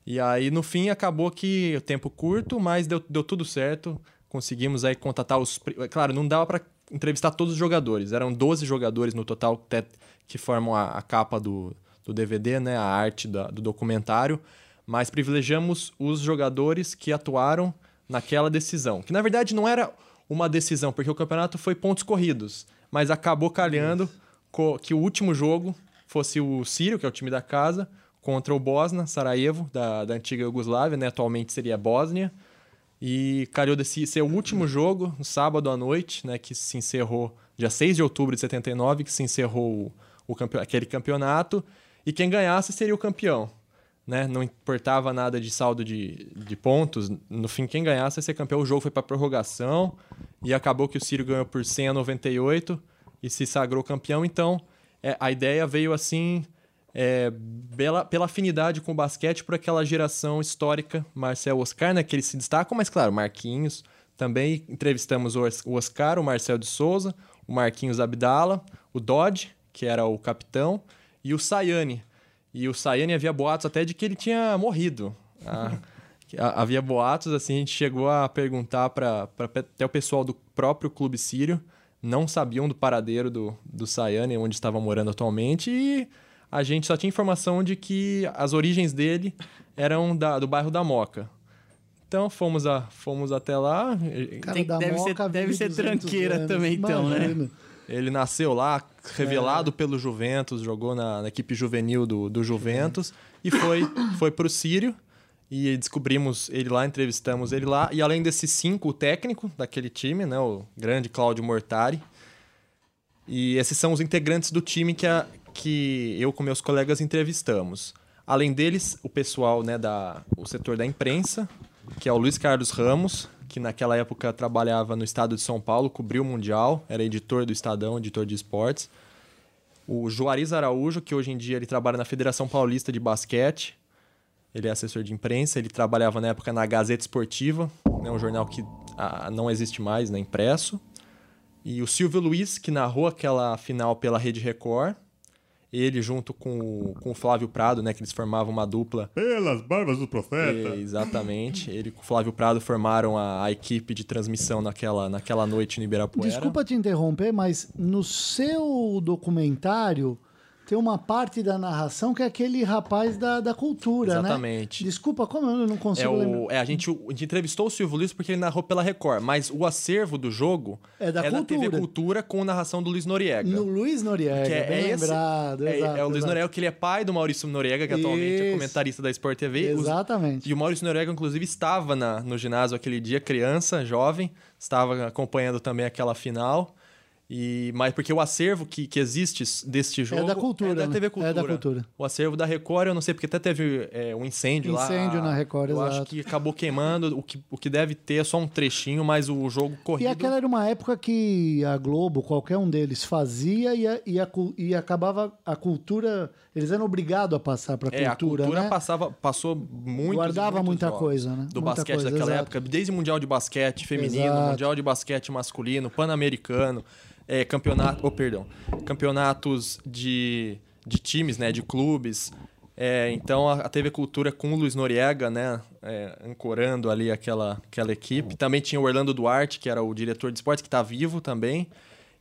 S3: E aí, no fim, acabou que o tempo curto, mas deu, deu tudo certo. Conseguimos aí contatar os. pri- Claro, não dava para entrevistar todos os jogadores. Eram 12 jogadores no total até que formam a, a capa do, do DVD, né? A arte da- do documentário. Mas privilegiamos os jogadores que atuaram naquela decisão. Que na verdade não era uma decisão, porque o campeonato foi pontos corridos. Mas acabou calhando co- que o último jogo fosse o Sírio, que é o time da casa, contra o Bosna, Sarajevo, da, da antiga Iugoslávia, né? atualmente seria a Bósnia. E calhou desse ser o último jogo, no sábado à noite, né? que se encerrou, dia 6 de outubro de 79, que se encerrou o, o campe- aquele campeonato. E quem ganhasse seria o campeão. Né? Não importava nada de saldo de, de pontos. No fim, quem ganhasse ia ser campeão. O jogo foi para prorrogação e acabou que o Sírio ganhou por 100 a 98 e se sagrou campeão. Então, é, a ideia veio assim, é, pela, pela afinidade com o basquete, por aquela geração histórica, Marcel Oscar, né, que eles se destacam, mas claro, Marquinhos também. Entrevistamos o Os- o Oscar, o Marcel de Souza, o Marquinhos Abdala, o Dodge, que era o capitão, e o Sayane. E o Sayane havia boatos até de que ele tinha morrido. Ah, que ha- havia boatos, assim, a gente chegou a perguntar para até o pessoal do próprio clube sírio, não sabiam do paradeiro do, do Sayane, onde estava morando atualmente, e a gente só tinha informação de que as origens dele eram da- do bairro da Moca. Então fomos, a, fomos até lá, e-
S2: Cara,
S5: Tem-
S2: da
S5: deve ser-
S2: Moca
S5: deve
S2: vive
S5: ser
S2: 200
S5: tranqueira
S2: anos.
S5: também, então, né?
S2: Imagina.
S3: Ele nasceu lá, revelado pelo Juventus, jogou na, na equipe juvenil do, do Juventus e foi, foi para o Sírio. E descobrimos ele lá, entrevistamos ele lá. E além desses cinco, o técnico daquele time, né, o grande Cláudio Mortari. E esses são os integrantes do time que, a, que eu com meus colegas entrevistamos. Além deles, o pessoal, né, da, o setor da imprensa, que é o Luiz Carlos Ramos, que naquela época trabalhava no estado de São Paulo, cobriu o Mundial, era editor do Estadão, editor de esportes. O Juarez Araújo, que hoje em dia ele trabalha na Federação Paulista de Basquete. Ele é assessor de imprensa, ele trabalhava na época na Gazeta Esportiva, né, um jornal que ah, não existe mais, né, impresso. E o Silvio Luiz, que narrou aquela final pela Rede Record. Ele junto com, o- com o Flávio Prado, né, que eles formavam uma dupla
S1: Pelas barbas do profeta.
S3: é, exatamente. Ele com o Flávio Prado formaram a, a equipe de transmissão naquela, naquela noite no Ibirapuera.
S2: Desculpa te interromper, mas no seu documentário tem uma parte da narração que é aquele rapaz da, da cultura, né?
S3: Exatamente.
S2: Desculpa, como eu não consigo
S3: É
S2: lembrar.
S3: o, é, a, gente, o- a gente entrevistou o Silvio Luiz porque ele narrou pela Record, mas o acervo do jogo
S2: É da
S3: TV
S2: Cultura.
S3: Cultura com narração do Luiz Noriega.
S2: No Luiz Noriega,
S3: Que é,
S2: bem
S3: é esse-
S2: lembrado.
S3: é,
S2: exato,
S3: é o Luiz
S2: exato.
S3: Noriega, que ele é pai do Maurício Noriega, que atualmente é
S2: Isso.
S3: comentarista da Sport TV. Os-
S2: Exatamente.
S3: E o Maurício Noriega, inclusive, estava na- no ginásio aquele dia, criança, jovem, estava acompanhando também aquela final. E, mas porque o acervo que, que existe s- deste jogo
S2: da cultura,
S3: é da
S2: né?
S3: TV
S2: É
S3: Cultura.
S2: da cultura.
S3: O acervo da Record, eu não sei, porque até teve é, um incêndio, lá.
S2: Incêndio na Record,
S3: Eu acho
S2: exato.
S3: que acabou queimando. O que, o que deve ter é só um trechinho, mas o jogo
S2: E
S3: corrido.
S2: aquela era uma época que a Globo, qualquer um deles, fazia e, a- e, a cu- e acabava a cultura. Eles eram obrigados a passar para
S3: É, a
S2: cultura,
S3: cultura
S2: né?
S3: passava, passou muito.
S2: Guardava muita
S3: jogos
S2: coisa, né? Muita
S3: Do basquete
S2: coisa,
S3: daquela
S2: exato.
S3: época, desde Mundial de Basquete Feminino,
S2: Exato.
S3: Mundial de Basquete Masculino, Pan-Americano, é, campeonato. Oh, perdão. Campeonatos de, de times, né? De clubes. É, então a, a TV Cultura com o Luiz Noriega, né? é, ancorando ali aquela, aquela equipe. Também tinha o Orlando Duarte, que era o diretor de esportes, que está vivo também.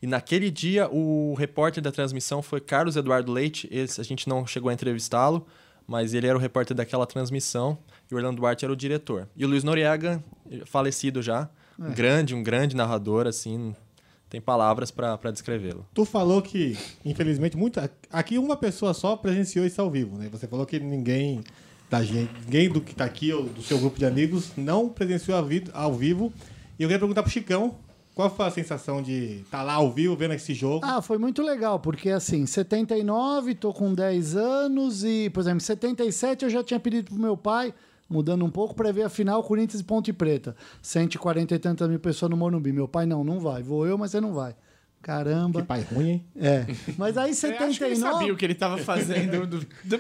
S3: E naquele dia, o repórter da transmissão foi Carlos Eduardo Leite. Esse, a gente não chegou a entrevistá-lo, mas ele era o repórter daquela transmissão. E o Orlando Duarte era o diretor. E o Luiz Noriega, falecido já. Um grande, um grande narrador, assim. não Tem palavras para descrevê-lo.
S1: Tu falou que, infelizmente, muita. Aqui uma pessoa só presenciou isso ao vivo, né? Você falou que ninguém da gente, ninguém do que tá aqui ou do seu grupo de amigos não presenciou ao, vi- ao vivo. E eu queria perguntar pro Chicão qual foi a sensação de estar lá ao vivo vendo esse jogo.
S2: Ah, foi muito legal, porque assim, 79, tô com 10 anos e, por exemplo, em 77 eu já tinha pedido pro meu pai, mudando um pouco, prevê a final Corinthians e Ponte Preta. 140 e tantas mil pessoas no Morumbi. Meu pai, não, não vai. Vou eu, mas você não vai. Caramba.
S1: Que pai ruim, hein?
S2: É. Mas aí
S4: Eu acho que ele
S3: Então,
S2: 79.
S4: sabia o que ele tava fazendo. do- do-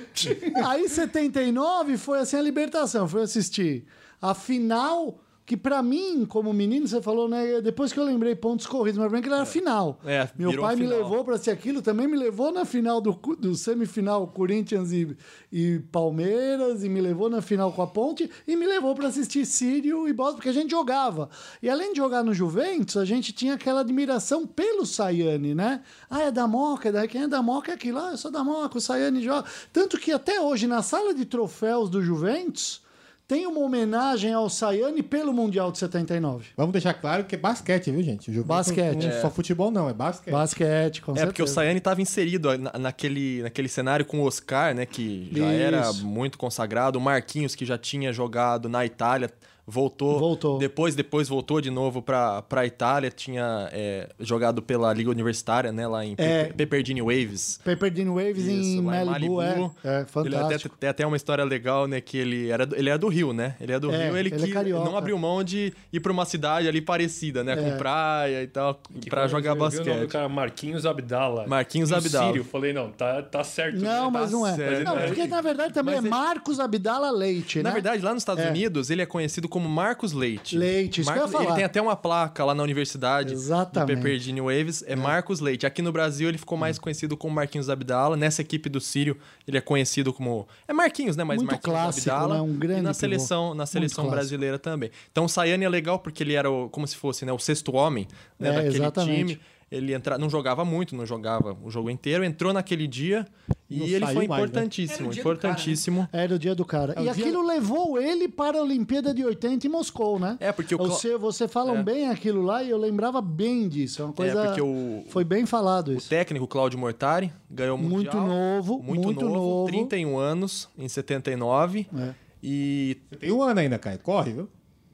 S2: Aí 79 foi assim a libertação, foi assistir a final que pra mim, como menino, você falou, né, depois que eu lembrei pontos corridos, mas pra mim que era a final.
S3: É,
S2: Meu
S3: virou
S2: pai me
S3: final.
S2: levou pra assistir aquilo, também me levou na final do, cu- do semifinal Corinthians e, e Palmeiras, e me levou na final com a Ponte, e me levou pra assistir Sírio e Bosta, porque a gente jogava. E além de jogar no Juventus, a gente tinha aquela admiração pelo Saiane, né? Ah, é da Moca, é da... quem é da Moca é aquilo, ah, eu sou da Moca, o Saiane joga. Tanto que até hoje, na sala de troféus do Juventus, tem uma homenagem ao Saiane pelo Mundial de 79.
S1: Vamos deixar claro que é basquete, viu, gente? O Juventus
S2: Basquete.
S1: Não é só futebol, não, é basquete.
S2: Basquete, com
S3: É, porque o
S2: certeza.
S3: Sayane estava inserido na- naquele, naquele cenário com o Oscar, né? Que já era
S2: Isso.
S3: muito consagrado. O Marquinhos, que já tinha jogado na Itália, voltou.
S2: Voltou.
S3: Depois, depois voltou de novo para a Itália. Tinha é, jogado pela Liga Universitária, né? Lá em
S2: É.
S3: Pe- Pepperdine Waves.
S2: Paper Dean Waves em
S3: lá
S2: Malibu, é. É,
S3: Ele até,
S2: fantástico.
S3: tem até uma história legal, né? Que ele era, do- ele era do Rio, né? Ele era do
S2: É,
S3: Rio, ele,
S2: ele é
S3: que
S2: carioca. É.
S3: não abriu mão de ir para uma cidade ali parecida, né? Com praia e tal, para jogar
S6: Eu vi O nome do
S3: basquete.
S6: cara Marquinhos Abdala.
S3: Marquinhos
S6: E o
S3: Abdala.
S6: Sírio, falei, não, tá, tá certo.
S2: Não,
S6: né?
S2: mas
S6: Tá
S2: não é.
S6: certo.
S2: Não, porque na verdade também
S3: Mas
S2: é
S3: é-
S2: Marcos Abdala Leite,
S3: Na
S2: né?
S3: verdade, lá nos Estados
S2: É.
S3: Unidos, ele é conhecido como Marcos Leite.
S2: Leite, isso que eu ia
S3: Marcos,
S2: falar.
S3: Ele tem até uma placa lá na universidade
S2: Exatamente. É.
S3: do Pepperdine Waves, é, Marcos Leite. Aqui no Brasil, ele ficou mais conhecido como Marquinhos Abdala. Nessa equipe do Sírio, ele é conhecido como... É Marquinhos, né? Mas
S2: Muito
S3: Marquinhos
S2: clássico,
S3: Abdala.
S2: né? Um grande
S3: e na
S2: pivô.
S3: seleção, na seleção
S2: clássico.
S3: brasileira também. Então, o Sayane é legal porque ele era o- como se fosse né, o sexto homem né,
S2: É,
S3: daquele
S2: exatamente.
S3: time. Ele entra... não jogava muito, não jogava o jogo inteiro. Entrou naquele dia e
S1: Não
S3: ele
S1: saiu
S3: foi
S1: mais, né?
S3: importantíssimo,
S5: Era o dia do cara, né?
S3: importantíssimo.
S2: Era o dia É, do cara.
S1: o
S3: É
S2: e
S1: dia-
S2: aquilo levou ele para a Olimpíada de 80 em Moscou, né?
S3: É, porque o Cla-
S2: Você, você falam
S3: É.
S2: bem aquilo lá e eu lembrava bem disso. É uma coisa...
S3: porque o-
S2: Foi bem falado
S3: O
S2: isso.
S3: técnico Claudio Mortari ganhou o
S2: Muito
S3: mundial.
S2: novo, muito novo.
S3: 31 anos em 79
S2: É.
S3: e
S1: Você tem um ano ainda, Caio. Corre, viu?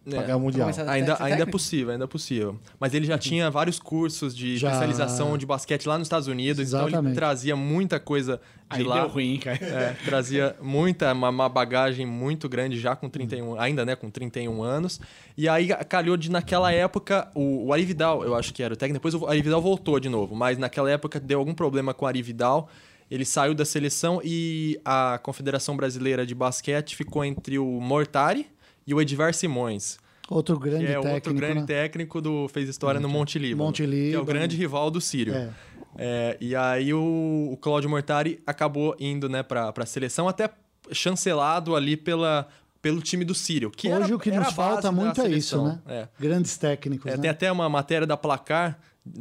S3: É.
S1: Pra ganhar o Mundial.
S5: Começa-
S3: ainda,
S5: Técnico?
S3: ainda é possível, ainda é possível. Mas ele já tinha vários cursos de
S2: Uhum. Já.
S3: especialização de basquete lá nos Estados Unidos, então
S2: Exatamente.
S3: ele trazia muita coisa de
S4: Aí
S3: lá.
S4: deu ruim, cara.
S3: É, trazia muita, uma, uma bagagem muito grande já com 31, ainda né, com 31 anos. E aí calhou de naquela época, o, o Ari Vidal, eu acho que era o técnico, depois o Ari Vidal voltou de novo, mas naquela época deu algum problema com o Ari Vidal. Ele saiu da seleção e a Confederação Brasileira de Basquete ficou entre o Mortari e o Edvar Simões.
S2: Outro
S3: Que
S2: grande
S3: é
S2: técnico,
S3: outro grande
S2: né?
S3: técnico do fez história no Monte Líbano.
S2: Monte
S3: Que é
S2: Líbano.
S3: o grande rival do Sírio.
S2: É.
S3: É, e aí o, o Claudio Mortari acabou indo né, para a seleção, até chancelado ali pela, pelo time do Sírio. Que
S2: Hoje
S3: era-
S2: o que
S3: era
S2: nos
S3: a base
S2: falta
S3: da
S2: muito é isso,
S3: seleção.
S2: né?
S3: É.
S2: Grandes técnicos,
S3: É,
S2: né?
S3: Tem até uma matéria da Placar,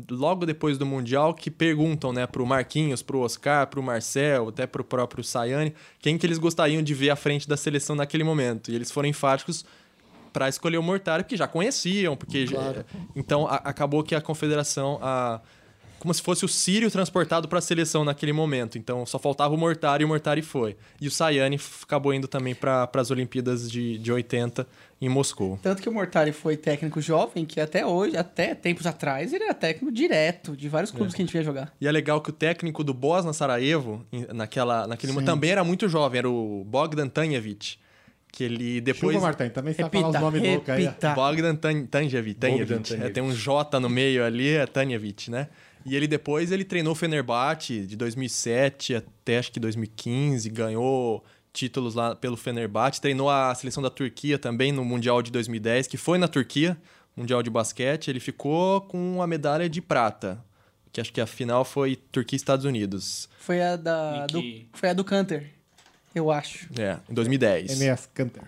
S3: logo depois do Mundial, que perguntam, né, pro Marquinhos, pro Oscar, pro Marcel, até pro próprio Sayane, quem que eles gostariam de ver à frente da seleção naquele momento. E eles foram enfáticos para escolher o Mortari, porque já conheciam, porque... já- Então, a- acabou que a confederação... A... Como se fosse o Sírio transportado para a seleção naquele momento. Então, só faltava o Mortari e o Mortari foi. E o Sayane f- acabou indo também para as Olimpíadas de, de 80 em Moscou.
S5: Tanto que o Mortari foi técnico jovem, que até hoje, até tempos atrás, ele era técnico direto de vários clubes que a gente via jogar.
S3: E é legal que o técnico do Bosna Sarajevo, em- naquela, naquele momento, também era muito jovem, era o Bogdan Tanjevic. Que ele depois.
S1: Chupa, Martin, também sabe falar
S5: Repita,
S1: os nomes loucos aí. ó.
S5: repita.
S3: Bogdan Tan- Tanjevic. Tanjevic,
S6: Bogdan
S3: é,
S6: Tanjevic.
S3: tem um J no meio ali, é Tanjevic, né? E ele depois ele treinou o Fenerbahçe de 2007 até acho que 2015, ganhou títulos lá pelo Fenerbahçe, treinou a seleção da Turquia também no Mundial de 2010, que foi na Turquia, Mundial de basquete, ele ficou com a medalha de prata, que acho que a final foi Turquia e Estados Unidos.
S5: Foi a da.
S4: Em que-
S5: Do, foi a do Canter, eu acho.
S3: É, em 2010.
S1: MS Canter.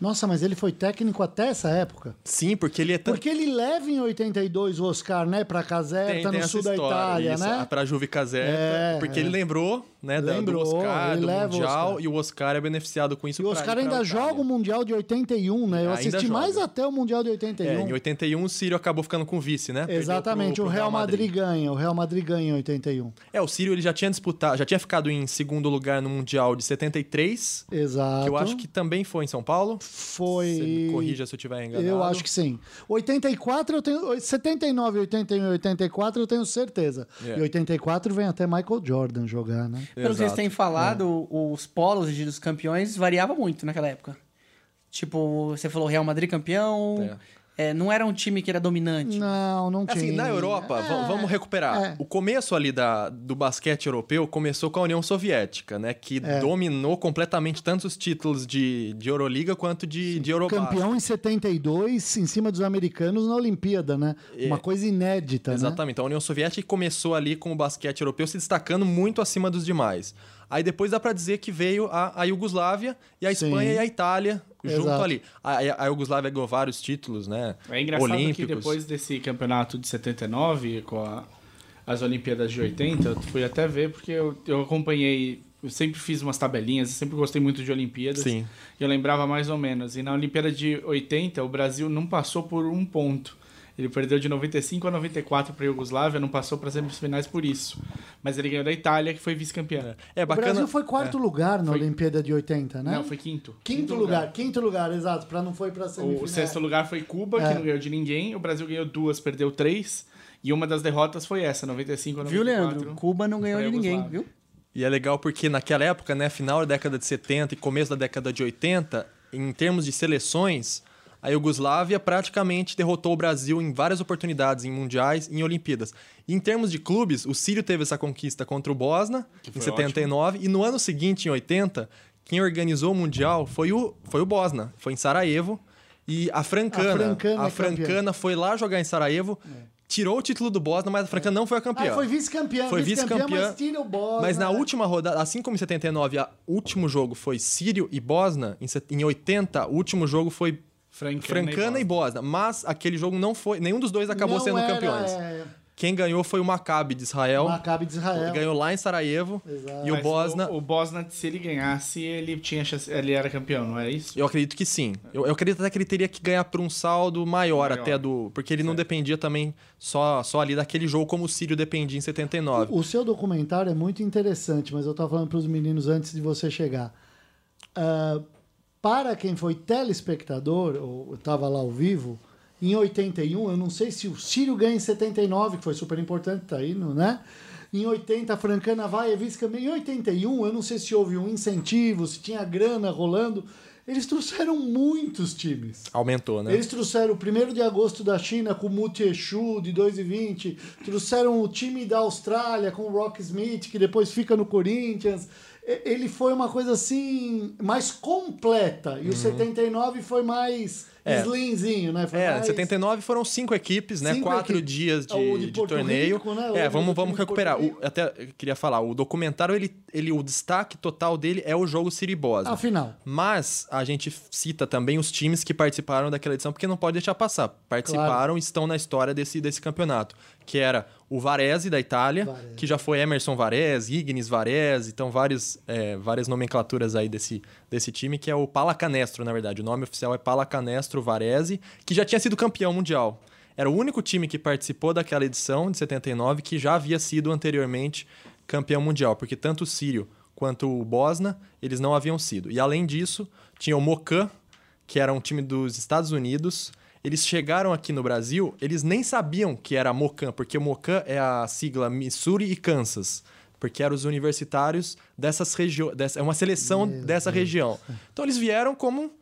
S2: Nossa, mas ele foi técnico até essa época?
S3: Sim, porque ele é tão
S2: Porque ele leva em 82 o Oscar, né? Pra Caserta, no sul da Itália,
S3: isso,
S2: né?
S3: Pra Juve Caserta,
S2: É,
S3: porque
S2: é.
S3: ele lembrou, né, da-
S2: Lembrou,
S3: do Oscar,
S2: ele
S3: do
S2: leva o
S3: Mundial,
S2: Oscar.
S3: e o Oscar é beneficiado com isso.
S2: E o
S3: pra ir
S2: Oscar
S3: pra
S2: ainda
S3: Itália.
S2: joga o Mundial de 81, né? Eu
S3: Ainda
S2: assisti
S3: joga.
S2: mais até o Mundial de 81.
S3: É, em 81 o Sírio acabou ficando com o vice, né? Perdeu
S2: Exatamente,
S3: pro-
S2: o
S3: pro
S2: Real Madrid, ganha. O Real Madrid ganha em 81.
S3: É, o Sírio ele já tinha disputado, já tinha ficado em segundo lugar no Mundial de 73,
S2: Exato.
S3: que eu acho que também foi em São Paulo.
S2: foi.
S3: Você me corrija se eu tiver enganado.
S2: Eu acho que sim. 84 eu tenho. 79, 81 e 84 eu tenho certeza.
S3: É.
S2: E 84 vem até Michael Jordan jogar, né?
S5: Pelo que vocês
S3: Exato.
S5: têm falado, os polos de- dos campeões variavam muito naquela época. Tipo, você falou Real Madrid campeão. É, não era um time que era dominante.
S2: Não, não tinha.
S3: Assim, na Europa, va- vamos recuperar.
S2: é.
S3: O começo ali da, do basquete europeu começou com a União Soviética, né? Que
S2: É.
S3: dominou completamente tanto os títulos de, de Euroliga quanto de, de Eurobasket.
S2: Campeão né? em 72, em cima dos americanos na Olimpíada, né? Uma coisa inédita, né?
S3: Exatamente. A União Soviética começou ali com o basquete europeu se destacando muito acima dos demais. Aí depois dá pra dizer que veio a, a Iugoslávia e a
S2: Sim.
S3: Espanha e a Itália junto
S2: Exato.
S3: ali. A, a Iugoslávia ganhou vários títulos, né?
S4: É engraçado
S3: Olímpicos.
S4: que depois desse campeonato de 79, com a- as Olimpíadas de 80, eu fui até ver, porque eu, eu acompanhei, eu sempre fiz umas tabelinhas, eu sempre gostei muito de Olimpíadas.
S3: Sim.
S4: E eu lembrava mais ou menos. E na Olimpíada de 80, o Brasil não passou por um ponto. Ele perdeu de 95 a 94 para a Iugoslávia, não passou para as semifinais por isso. Mas ele ganhou da Itália, que foi vice-campeã.
S3: É
S2: O
S3: bacana.
S2: Brasil foi quarto lugar na Olimpíada de 80, né?
S4: Não, foi quinto.
S2: Quinto lugar, quinto lugar, exato, pra não foi pra semifinal.
S4: O sexto lugar foi Cuba, que não ganhou de ninguém. O Brasil ganhou duas, perdeu três. E uma das derrotas foi essa, 95 a 94.
S5: Viu, Leandro? Cuba não ganhou
S4: pra
S5: de ninguém,
S4: Iugoslávia.
S5: viu?
S3: E é legal porque naquela época, né, final da década de 70 e começo da década de 80, em termos de seleções, a Iugoslávia praticamente derrotou o Brasil em várias oportunidades, em mundiais e em Olimpíadas. E em termos de clubes, o Sírio teve essa conquista contra o Bosna em 79 e no ano seguinte, em 80, quem organizou o mundial foi o foi o Bosna, foi em Sarajevo e a Francana.
S2: A Francana
S3: a
S2: é campeã. É.
S3: Francana foi lá jogar em Sarajevo. Tirou o título do Bosna, mas a Francana não foi a
S2: Ah,
S3: campeã.
S2: foi vice-campeã,
S3: Foi
S2: vice-campeã,
S3: vice-campeã,
S2: mas tira o né? bola.
S3: Mas na última rodada, assim como em 79, a- o último jogo foi Sírio e Bosna, em set- em 80, o último jogo foi
S4: Francana,
S3: Francana e
S4: e
S3: Bosna. Mas aquele jogo não foi. Nenhum dos dois acabou
S2: Não
S3: sendo
S2: era,
S3: campeões.
S2: é,
S3: Quem ganhou foi o Maccabi de Israel.
S2: Maccabi de Israel.
S3: Ganhou lá em Sarajevo.
S2: Exato.
S3: E o
S4: Mas
S3: Bosna.
S4: O, o Bosna, se ele ganhasse, ele tinha chance- ele era campeão, não era isso?
S3: Eu acredito que sim. Eu, eu acredito até que ele teria que ganhar por um saldo maior,
S4: Maior.
S3: até do. Porque ele não dependia também só, só ali daquele jogo como o Sírio dependia em 79.
S2: O seu documentário é muito interessante, mas eu estava falando para os meninos antes de você chegar. Ah, para quem foi telespectador, ou estava lá ao vivo, em 81, eu não sei se o Círio ganha em 79, que foi super importante, tá aí, no- né? Em 80, a Francana vai, é vice-campeã. Em 81, eu não sei se houve um incentivo, se tinha grana rolando. Eles trouxeram muitos times.
S3: Aumentou, né?
S2: Eles trouxeram o 1 de agosto da China com o Muteshu de 2,20. Trouxeram o time da Austrália com o Rock Smith, que depois fica no Corinthians. E- Ele foi uma coisa assim, mais completa. E o 79 foi mais
S3: Uhum. É.
S2: slimzinho, né? Foi
S3: É, em
S2: mais...
S3: 79 foram cinco equipes, né?
S2: Cinco
S3: Quatro
S2: equipes.
S3: dias
S2: Ah, o de
S3: de, de
S2: Porto
S3: torneio.
S2: Rico, né? O
S3: É,
S2: do
S3: vamos,
S2: time de
S3: vamos
S2: Porto
S3: recuperar. O-
S2: Rico.
S3: até eu queria falar, o documentário, ele, ele, o destaque total dele é o jogo Siribosa.
S2: Afinal.
S3: Mas a gente cita também os times que participaram daquela edição, porque não pode deixar passar. Participaram e estão na história desse, desse campeonato. Que era o Varese, da Itália,
S2: Varese.
S3: que já foi Emerson Varese, Ignis Varese, então vários, é, várias nomenclaturas aí desse, desse time, que é o Palacanestro, na verdade. O nome oficial é Palacanestro Varese, que já tinha sido campeão mundial. Era o único time que participou daquela edição de 79 que já havia sido anteriormente campeão mundial, porque tanto o Sírio quanto o Bosna, eles não haviam sido. E além disso, tinha o Mocan, que era um time dos Estados Unidos. Eles chegaram aqui no Brasil, eles nem sabiam que era Mocan, porque Mocan é a sigla Missouri e Kansas, porque eram os universitários dessas regiões, dessa, é uma seleção dessa região. Então eles vieram como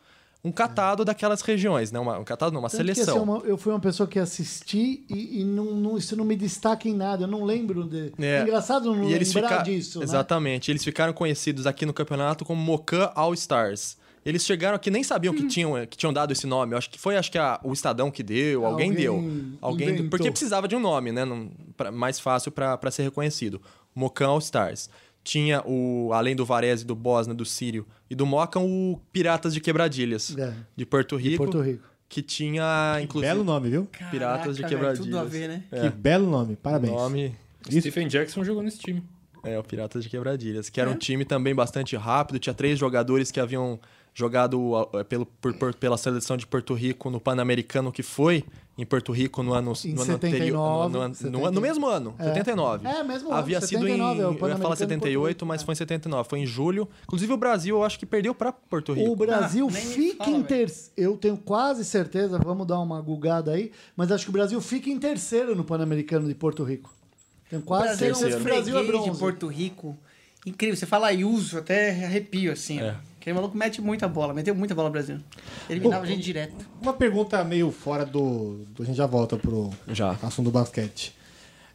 S3: um catado daquelas regiões, né? Uma- um catado não, uma
S2: Tanto que, assim,
S3: seleção.
S2: uma- eu fui uma pessoa que assisti e, e não, não- isso não me destaca em nada. Eu não lembro de.
S3: É.
S2: Engraçado não
S3: E eles
S2: lembrar
S3: fica-
S2: disso. né?
S3: Exatamente. Eles ficaram conhecidos aqui no campeonato como Mocan All Stars. Eles chegaram aqui, nem sabiam
S2: Hum.
S3: que tinham, eh, que tinham dado esse nome. Eu acho que foi acho que a- o Estadão que deu, alguém,
S2: Alguém
S3: deu. Alguém deu,
S2: inventou.
S3: porque precisava de um nome, né? Não- pra- mais fácil para ser reconhecido. Mocan All Stars. Tinha o, além do Varese, do Bosna, do Sírio e do Mocan, o Piratas de Quebradilhas.
S2: É.
S3: De Porto Rico.
S2: Porto Rico.
S3: Que tinha, inclusive.
S1: Belo nome, viu?
S3: Piratas de
S5: Caraca, velho, Tudo a
S3: Quebradilhas.
S5: ver, né?
S1: Que belo nome. Parabéns.
S3: nome.
S1: Isso-
S6: Stephen Jackson jogou nesse time.
S3: É, o Piratas de Quebradilhas, que era
S2: É.
S3: um time também bastante rápido, tinha três jogadores que haviam jogado eh, pelo, por- por- pela seleção de Porto Rico no Pan-Americano que foi em Porto Rico no ano,
S2: Em
S3: no ano
S2: 79,
S3: anterior. No, ano- no ano- no mesmo ano, 79.
S2: É, mesmo ano,
S3: Havia sido
S2: 79, é, o
S3: em. eu ia
S2: Pan-Americano
S3: falar
S2: em Porto
S3: 78,
S2: Rico,
S3: mas
S2: é.
S3: foi em 79. Foi em julho. Inclusive o Brasil, eu acho que perdeu para Porto Rico.
S2: O Brasil
S5: Ah, nem me
S2: fica
S5: fala,
S2: em
S5: velho.
S2: terceiro. Eu tenho quase certeza, vamos dar uma gugada aí, mas acho que o Brasil fica em terceiro no Pan-Americano de Porto Rico. Tenho
S5: O
S2: quase
S5: Brasil,
S2: certeza.
S5: é um
S2: O Brasil é
S5: freguês de
S2: bronze.
S5: Porto Rico. Incrível. Você fala Ayuso, até arrepio, assim. ó. Aquele maluco mete muita bola, meteu muita bola no Brasil. Eliminava a gente direto.
S1: Uma pergunta meio fora do, do- A gente já volta pro
S3: Já.
S1: assunto do basquete.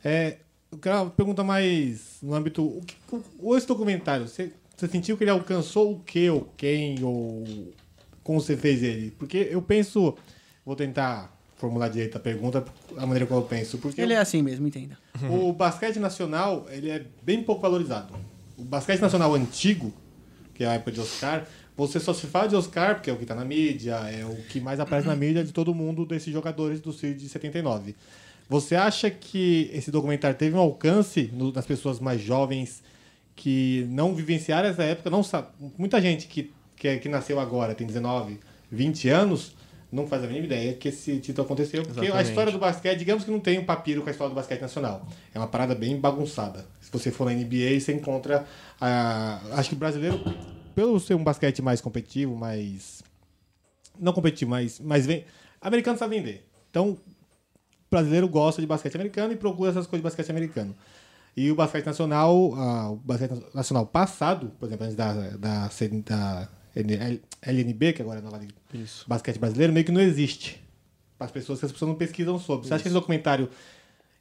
S1: É, eu quero uma pergunta mais no âmbito. O que, o, esse documentário, você, você sentiu que ele alcançou o que, ou quem, ou como você fez ele? Porque eu penso. Vou tentar formular direito a pergunta, a maneira como eu penso. Porque
S5: Ele é assim mesmo, entenda.
S1: o basquete nacional, ele é bem pouco valorizado. O basquete nacional antigo, que é a época de Oscar, você só se fala de Oscar porque é o que tá na mídia, é o que mais aparece na mídia de todo mundo desses jogadores do CID de 79. Você acha que esse documentário teve um alcance no- nas pessoas mais jovens que não vivenciaram essa época? Não sa- muita gente que, que, é- que nasceu agora, tem 19, 20 anos, não faz a mínima ideia que esse título aconteceu. Porque a
S3: Exatamente.
S1: história do basquete, digamos que não tem um papiro com a história do basquete nacional. É uma parada bem bagunçada. Se você for na NBA, você encontra. A... Acho que o brasileiro, pelo ser um basquete mais competitivo, mais. Não competitivo, mas, mas vem. Americano sabe vender. Então, o brasileiro gosta de basquete americano e procura essas coisas de basquete americano. E o basquete nacional, ah, o basquete nacional passado, por exemplo, antes da, da, C- da N- LNB, que agora é a nova Liga basquete brasileiro, meio que não existe. Para as pessoas que as pessoas não pesquisam sobre. Você acha que esse documentário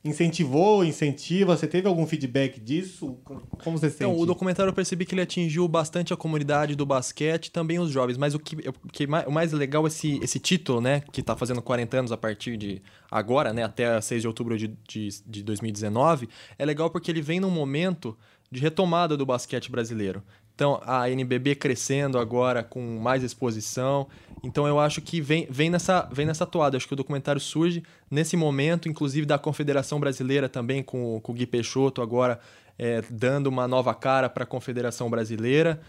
S1: incentivou, incentiva? Você teve algum feedback disso? Como você sente?
S3: Então, o documentário eu percebi que ele atingiu bastante a comunidade do basquete, também os jovens. Mas o que, o que mais, o mais legal é esse, esse título, né? Que tá fazendo 40 anos a partir de agora, né? Até 6 de outubro de, de, de 2019. É legal porque ele vem num momento de retomada do basquete brasileiro. Então, a NBB crescendo agora com mais exposição. Então, eu acho que vem, vem, nessa, vem nessa toada. Acho que o documentário surge nesse momento, inclusive da Confederação Brasileira também, com, com o Gui Peixoto agora é, dando uma nova cara para a Confederação Brasileira.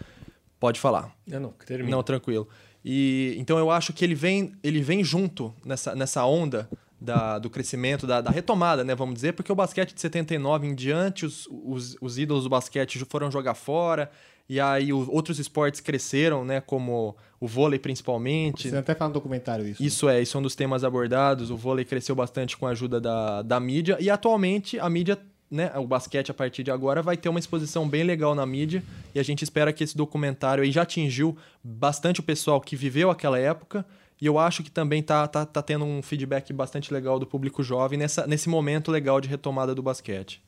S3: Pode falar.
S6: É, Não, não, termina.
S3: Não, tranquilo. E então eu acho que ele vem, ele vem junto nessa, nessa onda da- do crescimento, da, da retomada, né? Vamos dizer, porque o basquete de 79 em diante, os, os, os ídolos do basquete foram jogar fora, e aí o- outros esportes cresceram, né? Como o vôlei principalmente.
S1: Você até fala no documentário isso.
S3: Isso é, isso é um dos temas abordados. O vôlei cresceu bastante com a ajuda da, da mídia. E atualmente a mídia, né? O basquete a partir de agora vai ter uma exposição bem legal na mídia. E a gente espera que esse documentário aí já atingiu bastante o pessoal que viveu aquela época. E eu acho que também tá, tá, tá tendo um feedback bastante legal do público jovem nessa, nesse momento legal de retomada do basquete.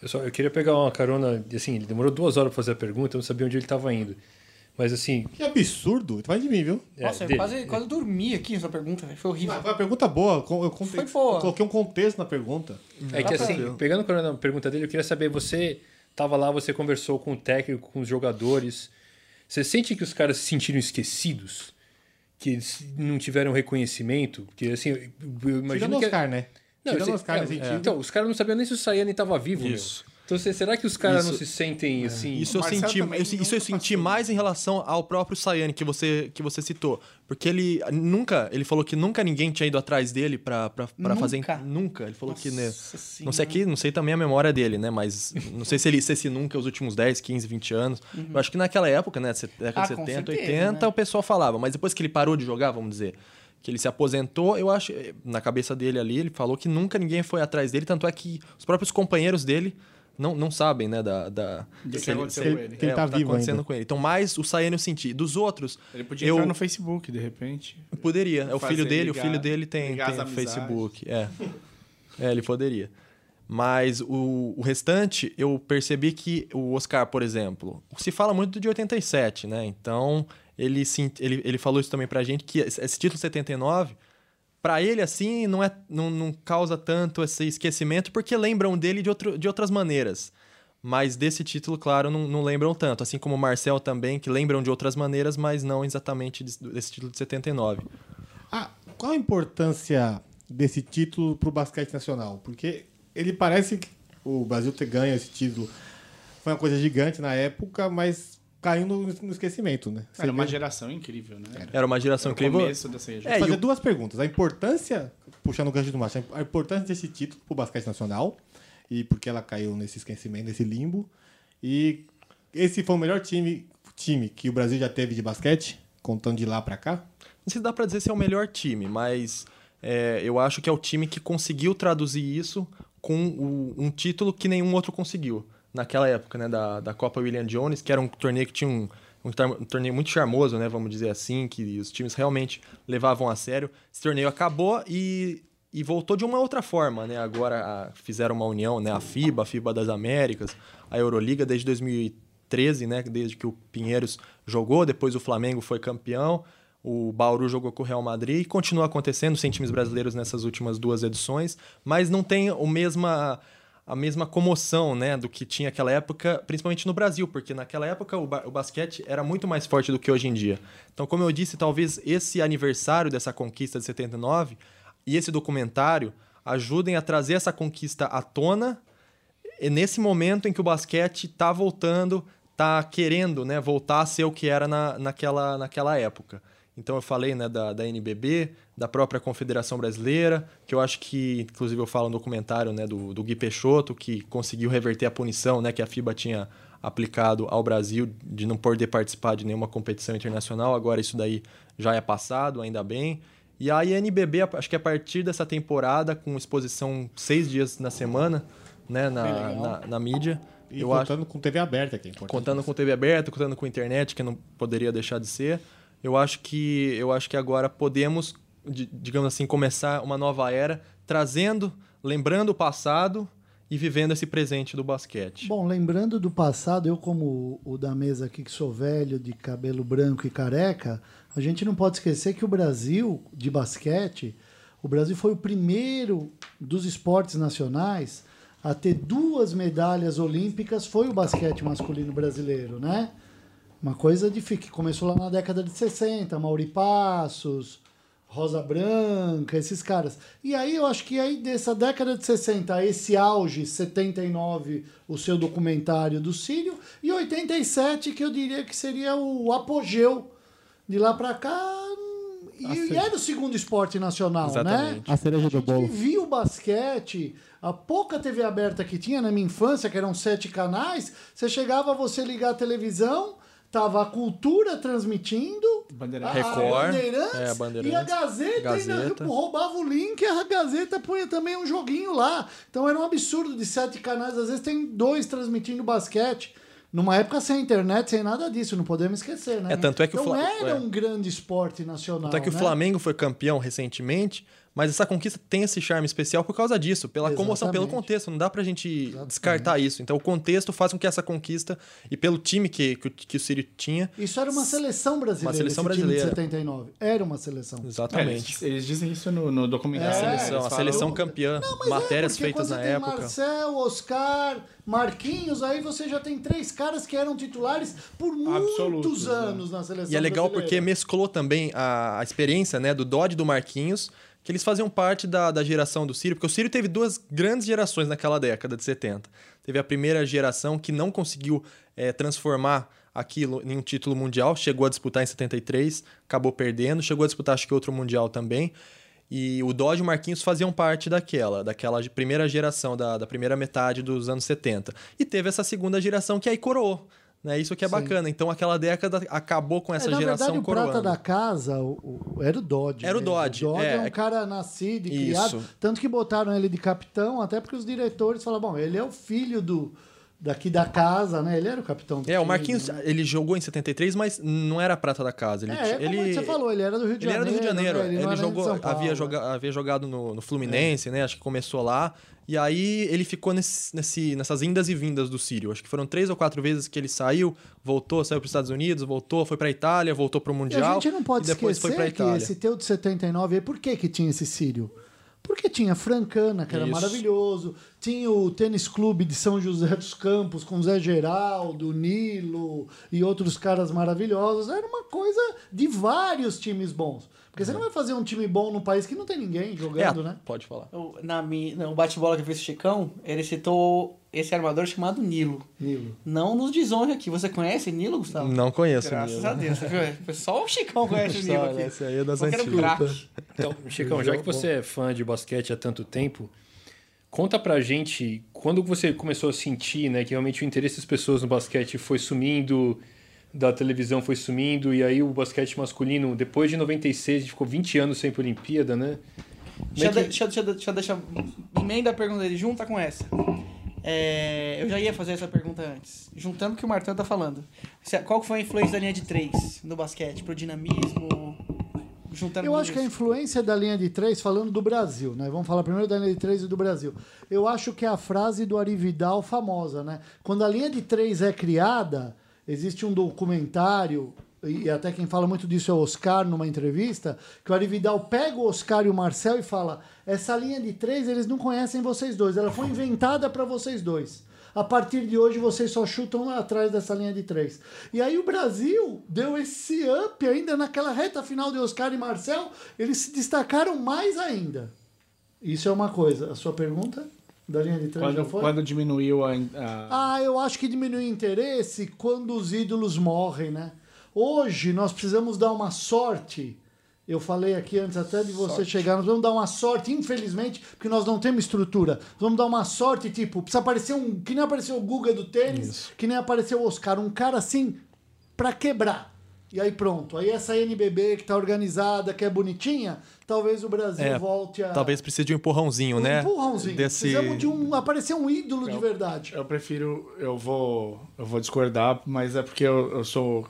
S6: Eu, só, eu queria pegar uma carona. Assim, ele demorou duas horas pra fazer a pergunta, eu não sabia onde ele tava indo. Mas assim.
S1: Que absurdo. Tu vai de mim, viu?
S6: é,
S5: Nossa, eu
S6: dele.
S5: quase, quase dormi aqui nessa pergunta, velho. Foi horrível.
S1: Ah, Foi uma pergunta boa. Eu, con- eu conte-
S5: Foi boa.
S1: eu coloquei um contexto na pergunta.
S6: É que assim, pegando carona na pergunta dele, eu queria saber: você tava lá, você conversou com o técnico, com os jogadores. Você sente que os caras se sentiram esquecidos? Que eles não tiveram reconhecimento? Porque assim, eu- eu
S1: Tirando
S6: imagino
S1: o
S6: que. é
S1: Oscar, né?
S6: Não,
S1: Tirando
S6: eu
S1: o
S6: sei-
S1: Oscar
S6: é,
S1: nesse sentido.
S6: Então, os caras não sabiam nem se o Sayane tava vivo. Isso. Então, se- será que os caras não se sentem assim?
S3: Isso eu
S1: Marcelo
S3: senti,
S1: também
S3: eu se- isso
S1: nunca
S3: eu senti mais em relação ao próprio Sayane que você, que você citou, porque ele nunca, ele falou que nunca ninguém tinha ido atrás dele pra pra- pra
S5: Nunca.
S3: fazer nunca, ele falou que né,
S5: Nossa
S3: não sei
S5: Senhora.
S3: aqui, não sei também a memória dele, né, mas não sei se ele se esse nunca é os últimos 10, 15, 20 anos. Eu acho que naquela época, né, set- década
S5: Uhum. Ah,
S3: de
S5: com
S3: 70,
S5: certeza,
S3: 80,
S5: né?
S3: o pessoal falava, mas depois que ele parou de jogar, vamos dizer, que ele se aposentou, eu acho, na cabeça dele ali, ele falou que nunca ninguém foi atrás dele, tanto é que os próprios companheiros dele não, não sabem, né, da, da
S4: Do
S3: se
S4: que aconteceu
S3: se
S4: com ele.
S1: Que ele
S3: é,
S1: tá
S3: o que tá
S1: vivo
S3: acontecendo
S1: ainda.
S3: com ele. Então, mais o Sayane eu senti. Dos outros,
S4: Ele podia
S3: Eu-
S4: entrar no Facebook, de repente.
S3: poderia. É o
S4: Fazer
S3: filho dele,
S4: ligar-
S3: o filho dele tem,
S4: ligar
S3: tem
S4: as amizades.
S3: Facebook. É. é, ele poderia. Mas o, o restante, eu percebi que o Oscar, por exemplo, se fala muito de 87, né? Então, ele, se- ele, ele falou isso também pra gente, que esse esse título 79, pra ele, assim, não, é, não, não causa tanto esse esquecimento, porque lembram dele de, outro, de outras maneiras. Mas desse título, claro, não, não lembram tanto. Assim como o Marcel também, que lembram de outras maneiras, mas não exatamente des- desse título de 79.
S1: Ah, qual a importância desse título pro basquete nacional? Porque ele parece que o Brasil ter ganho esse título foi uma coisa gigante na época, mas caiu no, no esquecimento, né? Você
S4: Era uma
S1: vê-
S4: geração incrível, né? Era.
S3: Era uma geração
S4: No
S3: incrível.
S4: começo dessa
S3: É,
S1: fazer
S3: e o-
S1: duas perguntas. A importância, puxando o gancho do macho, a importância desse título pro basquete nacional e porque ela caiu nesse esquecimento, nesse limbo. E esse foi o melhor time, time que o Brasil já teve de basquete, contando de lá pra cá.
S3: Não sei se dá pra dizer se é o melhor time, mas é, eu acho que é o time que conseguiu traduzir isso com o- um título que nenhum outro conseguiu. naquela época, né? Da, da Copa William Jones, que era um torneio que tinha um, um, tar- um torneio muito charmoso, né? Vamos dizer assim, que os times realmente levavam a sério. Esse torneio acabou e, e voltou de uma outra forma, né? Agora a- fizeram uma união, né? A FIBA, a FIBA das Américas, a Euroliga desde 2013, né? Desde que o Pinheiros jogou, depois o Flamengo foi campeão. O Bauru jogou com o Real Madrid e continua acontecendo sem times brasileiros nessas últimas duas edições, mas não tem o mesma a mesma comoção, né, do que tinha aquela época, principalmente no Brasil, porque naquela época o, ba- o basquete era muito mais forte do que hoje em dia. Então, como eu disse, talvez esse aniversário dessa conquista de 79 e esse documentário ajudem a trazer essa conquista à tona e É nesse momento em que o basquete tá voltando, tá querendo, né, voltar a ser o que era na, naquela, naquela época. Então eu falei, né, da, da NBB, da própria Confederação Brasileira, que eu acho que, inclusive eu falo no documentário, né, do, do Gui Peixoto, que conseguiu reverter a punição, né, que a FIBA tinha aplicado ao Brasil de não poder participar de nenhuma competição internacional. Agora isso daí já é passado, ainda bem. E a INBB, a- acho que a partir dessa temporada, com exposição seis dias na semana, né, na, na, na mídia.
S1: E
S3: eu acho,
S1: contando com TV aberta aqui. importante.
S3: contando com TV aberta, contando com internet, que não poderia deixar de ser. Eu acho que, eu acho que agora podemos, di- digamos assim, começar uma nova era, trazendo, lembrando o passado e vivendo esse presente do basquete.
S2: Bom, lembrando do passado, eu como o da mesa aqui que sou velho, de cabelo branco e careca, a gente não pode esquecer que o Brasil de basquete, o Brasil foi o primeiro dos esportes nacionais a ter duas medalhas olímpicas, foi o basquete masculino brasileiro, né? Uma coisa de fi- que começou lá na década de 60, Mauri Passos, Rosa Branca, esses caras. E aí eu acho que aí dessa década de 60, a esse auge, 79, o seu documentário do Círio, e 87, que eu diria que seria o apogeu de lá pra cá. hum, E, e era o segundo esporte nacional, né?
S3: Exatamente.
S9: A cereja do
S2: que
S9: bolo.
S2: via o basquete, a pouca TV aberta que tinha na minha infância, que eram sete canais, você chegava, você ligar a televisão, tava a cultura transmitindo,
S4: Bandeira.
S2: a, a
S3: Record,
S2: Bandeirantes,
S3: é, a Bandeirantes,
S2: e a Gazeta,
S3: Gazeta.
S2: Ainda, tipo, roubava o link, a Gazeta punha também um joguinho lá. Então era um absurdo de sete canais, às vezes tem dois transmitindo basquete. Numa época sem internet, sem nada disso, não podemos esquecer, né?
S3: É, tanto é que o
S2: então
S3: Fla-
S2: era
S3: é.
S2: um grande esporte nacional.
S3: Tanto é que o
S2: né?
S3: Flamengo foi campeão recentemente, mas essa conquista tem esse charme especial por causa disso, pela comoção, pelo
S2: Exatamente.
S3: contexto. Não dá pra gente descartar isso. Então o contexto faz com que essa conquista, e pelo time que, que, o- que o Círio tinha.
S2: Isso era uma seleção brasileira.
S3: Uma seleção
S2: esse time
S3: brasileira.
S2: de 79. Era uma seleção.
S4: É,
S3: Exatamente.
S4: eles, eles dizem isso no, no documentário.
S2: É,
S3: a seleção,
S4: eles
S3: a
S4: falam-
S3: seleção campeã,
S2: Mas
S3: matérias
S2: é, porque
S3: feitas
S2: quando
S3: na
S2: tem
S3: época.
S2: Marcel, Oscar, Marquinhos, aí você já tem três caras que eram titulares por
S4: Absolutos,
S2: muitos
S4: né?
S2: anos na seleção.
S3: E é legal porque
S2: brasileira.
S3: mesclou também a, a experiência né, do Dodd e do Marquinhos, que eles faziam parte da, da geração do Círio, porque o Círio teve duas grandes gerações naquela década de 70. Teve a primeira geração que não conseguiu eh, transformar aquilo em um título mundial, chegou a disputar em 73, acabou perdendo, chegou a disputar acho que outro mundial também. E o Dodge e o Marquinhos faziam parte daquela, daquela primeira geração, da, da primeira metade dos anos 70. E teve essa segunda geração que aí coroou. Né? Isso que é bacana. Então aquela década acabou com essa
S2: É, na
S3: geração
S2: verdade, o
S3: coroando.
S2: prata da casa o- o- era o Dodge.
S3: Era o
S2: mesmo.
S3: Dodge,
S2: Dodge
S3: é.
S2: é, um cara nascido e
S3: Isso.
S2: criado. Tanto que botaram ele de capitão, até porque os diretores falaram, bom, ele é o filho do daqui da casa, né? Ele era o capitão do
S3: É, o
S2: time,
S3: Marquinhos,
S2: né?
S3: ele jogou em 73, mas não era prata da casa. Ele,
S2: É, é como
S3: ele,
S2: você falou, ele era do Rio de
S3: ele
S2: Janeiro.
S3: era do Rio de Janeiro.
S2: né?
S3: Ele,
S2: não era de
S3: jogou,
S2: São Paulo,
S3: havia,
S2: né? É.
S3: joga- havia jogado no, no Fluminense, né? Acho que começou lá. E aí ele ficou nesse, nesse- nessas indas e vindas do Sírio. Acho que foram três ou quatro vezes que ele saiu, voltou, saiu para os Estados Unidos, voltou, foi para Itália, voltou para o
S2: E
S3: Mundial.
S2: a gente não pode
S3: e depois foi para
S2: esquecer que
S3: Itália.
S2: esse teu de 79, aí, por que que tinha esse Sírio? Porque tinha Francana, que era
S3: Isso.
S2: maravilhoso, tinha o Tênis Clube de São José dos Campos, com Zé Geraldo, Nilo e outros caras maravilhosos. Era uma coisa de vários times bons. Porque você não vai fazer um time bom num país que não tem ninguém jogando,
S3: É,
S2: né?
S3: Pode falar.
S5: Eu- na mi- no bate-bola que eu fiz com o Chicão, ele citou esse armador chamado Nilo.
S2: Nilo.
S5: Não nos desonra aqui. Você conhece Nilo, Gustavo?
S3: Não conheço.
S5: Graças
S3: Nilo.
S5: a Deus, você viu? Só o Chicão conhece o Nilo
S3: Olha,
S5: aqui.
S3: Esse aí é das
S5: Qualquer um
S3: antigas.
S5: craque.
S6: Então, Chicão, já que você é fã de basquete há tanto tempo, conta pra gente quando você começou a sentir né, que realmente o interesse das pessoas no basquete foi sumindo, da televisão foi sumindo, e aí o basquete masculino, depois de 96, a gente ficou 20 anos sem ir pra Olimpíada, né?
S5: Deixa, eu
S6: Como é
S5: de- deixa,
S6: que-
S5: eu- deixa, eu- deixa eu deixar. Emenda a pergunta dele junta com essa. É, eu já ia fazer essa pergunta antes. Juntando o que o Martão tá falando. Se- Qual que foi a influência da linha de três no basquete? Pro dinamismo? Juntando
S2: Eu
S5: tudo
S2: acho que a
S5: isso.
S2: influência da linha de três, falando do Brasil, né? Vamos falar primeiro da linha de três e do Brasil. Eu acho que é a frase do Ari Vidal famosa, né? Quando a linha de três é criada, existe um documentário, e até quem fala muito disso é o Oscar numa entrevista, que o Ari Vidal pega o Oscar e o Marcel e fala: essa linha de três, eles não conhecem vocês dois, ela foi inventada para vocês dois. A partir de hoje vocês só chutam lá atrás dessa linha de três. E aí o Brasil deu esse up ainda naquela reta final de Oscar e Marcel, eles se destacaram mais ainda. Isso é uma coisa. A sua pergunta da linha de três já
S4: Quando,
S2: foi?
S4: quando diminuiu a. a-
S2: Ah, eu acho que diminui o interesse quando os ídolos morrem, né? Hoje nós precisamos dar uma sorte. Eu falei aqui antes até de você chegar, nós vamos dar uma sorte, infelizmente, porque nós não temos estrutura. Nós Vamos dar uma sorte, tipo, precisa aparecer um. Que nem apareceu o Guga do tênis, que nem apareceu o Oscar. Um cara assim, pra quebrar. E aí pronto. Aí essa NBB que tá organizada, que é bonitinha, talvez o Brasil
S3: É,
S2: volte a.
S3: Talvez precise de um empurrãozinho,
S2: um
S3: né?
S2: empurrãozinho.
S3: Desse... É
S2: Precisamos de um. Aparecer um ídolo de verdade.
S4: Eu prefiro. Eu vou. Eu vou discordar, mas é porque eu, eu sou.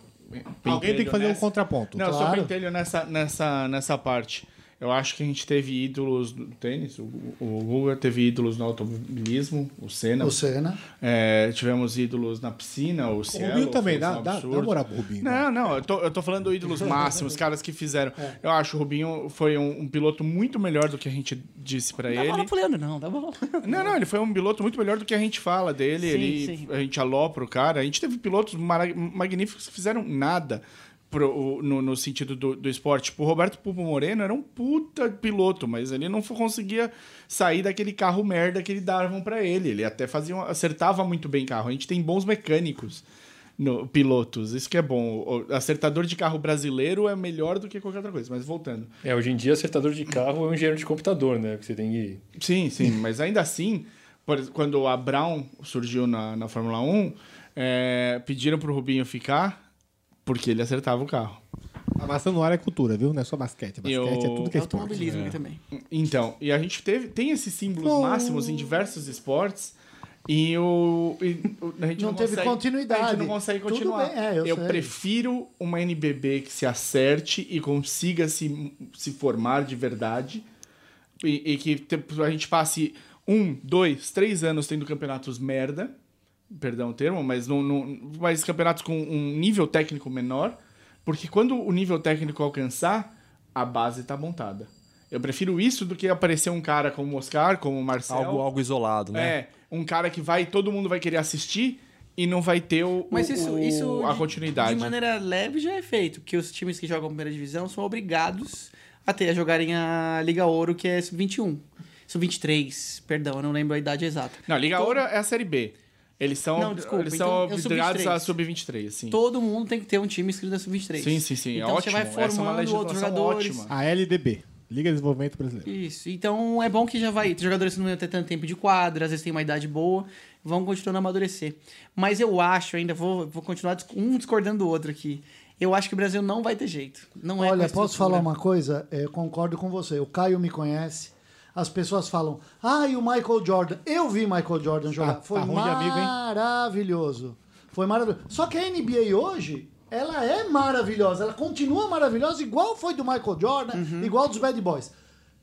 S1: Alguém tem que fazer um
S4: nessa-
S1: contraponto.
S4: né? Não, eu sou
S2: claro.
S4: pentelho nessa, nessa, nessa parte. Eu acho que a gente teve ídolos no tênis, o, o Guga teve ídolos no automobilismo, o Senna.
S2: O Senna.
S4: É, tivemos ídolos na piscina, o
S1: O
S4: Cielo.
S1: Rubinho também,
S4: fez um
S1: dá, dá, dá
S4: absurdo.
S1: moral pro Rubinho. né?
S4: Não, não, eu tô, eu tô falando ídolos máximos, caras que fizeram.
S1: É.
S4: Eu acho o Rubinho foi um, um piloto muito melhor do que a gente disse pra
S5: Não dá bola
S4: ele.
S5: pro Leandro, não. Dá É bola pro Leandro.
S4: Não, não, ele foi um piloto muito melhor do que a gente fala dele.
S5: Sim,
S4: ele,
S5: sim.
S4: A gente alopra o cara. A gente teve pilotos mara- magníficos que fizeram nada pro- o- no, no sentido do, do esporte. Tipo, o Roberto Pupo Moreno era um puta piloto, mas ele não fo- conseguia sair daquele carro merda que ele davam pra ele. Ele até fazia, um- acertava muito bem carro. A gente tem bons mecânicos. No, pilotos, isso que é bom. O acertador de carro brasileiro é melhor do que qualquer outra coisa, mas voltando.
S6: É, hoje em dia, acertador de carro é um engenheiro de computador, né? Que você tem que.
S4: Sim, sim, mas ainda assim, por ex- quando a Brown surgiu na, na Fórmula 1, é, pediram pro Rubinho ficar porque ele acertava o carro.
S1: A maçã no ar é cultura, viu? Não é só basquete. Basquete
S4: Eu-
S1: é tudo que é esporte.
S2: né?
S5: É automobilismo aqui também.
S4: Então, e a gente teve, tem esses símbolos máximos em diversos esportes. E o. e o- a gente
S2: Não teve
S4: consegue-
S2: continuidade.
S4: A gente não consegue
S2: Tudo
S4: continuar.
S2: bem, é, eu sei.
S4: prefiro uma NBB que se acerte e consiga se, se formar de verdade. E, e que te- a gente passe um, dois, três anos tendo campeonatos merda. Perdão o termo, mas, não, não, mas campeonatos com um nível técnico menor. Porque quando o nível técnico alcançar, a base tá montada. Eu prefiro isso do que aparecer um cara como o Oscar, como o
S2: um
S4: Marcel.
S3: Algo, algo isolado, né?
S4: É, um cara que vai, todo mundo vai querer assistir e não vai ter o,
S5: Mas
S4: o-
S5: isso,
S4: o-
S5: isso
S4: a
S5: de-
S4: continuidade.
S5: De maneira leve já é feito, porque os times que jogam primeira divisão são obrigados a, ter, a jogarem a Liga Ouro, que é sub-21. Sub-23, perdão, eu não lembro a idade exata.
S4: Não, Liga Ouro é a Série B. Eles são,
S5: Não, desculpa,
S4: eles
S5: então
S4: são
S5: é o
S4: obrigados
S5: sub-23.
S4: a sub-23, sim.
S5: Todo mundo tem que ter um time inscrito na sub-23.
S4: Sim, sim, sim. é
S5: Então você
S4: ótimo.
S5: vai
S4: Essa é uma
S5: formando outros
S4: legislação
S5: jogadores. Ah,
S4: ótima.
S1: A LDB, Liga de Desenvolvimento Brasileiro.
S5: Isso. Então é bom que já vai. Os jogadores não iam ter tanto tempo de quadra, às vezes tem uma idade boa, vão continuando a amadurecer. Mas eu acho ainda, vou, vou continuar dis- um discordando do outro aqui. Eu acho que o Brasil não vai ter jeito. Não é com a
S2: Olha, posso
S5: estrutura.
S2: falar uma coisa? É, Eu concordo com você. O Caio me conhece. As pessoas falam, ah, e o Michael Jordan. Eu vi Michael Jordan jogar. Foi
S1: tá ruim de amigo, hein?
S2: maravilhoso. Foi maravilhoso. Só que a NBA hoje, ela é maravilhosa. Ela continua maravilhosa, igual foi do Michael Jordan,
S1: Uhum.
S2: igual dos Bad Boys.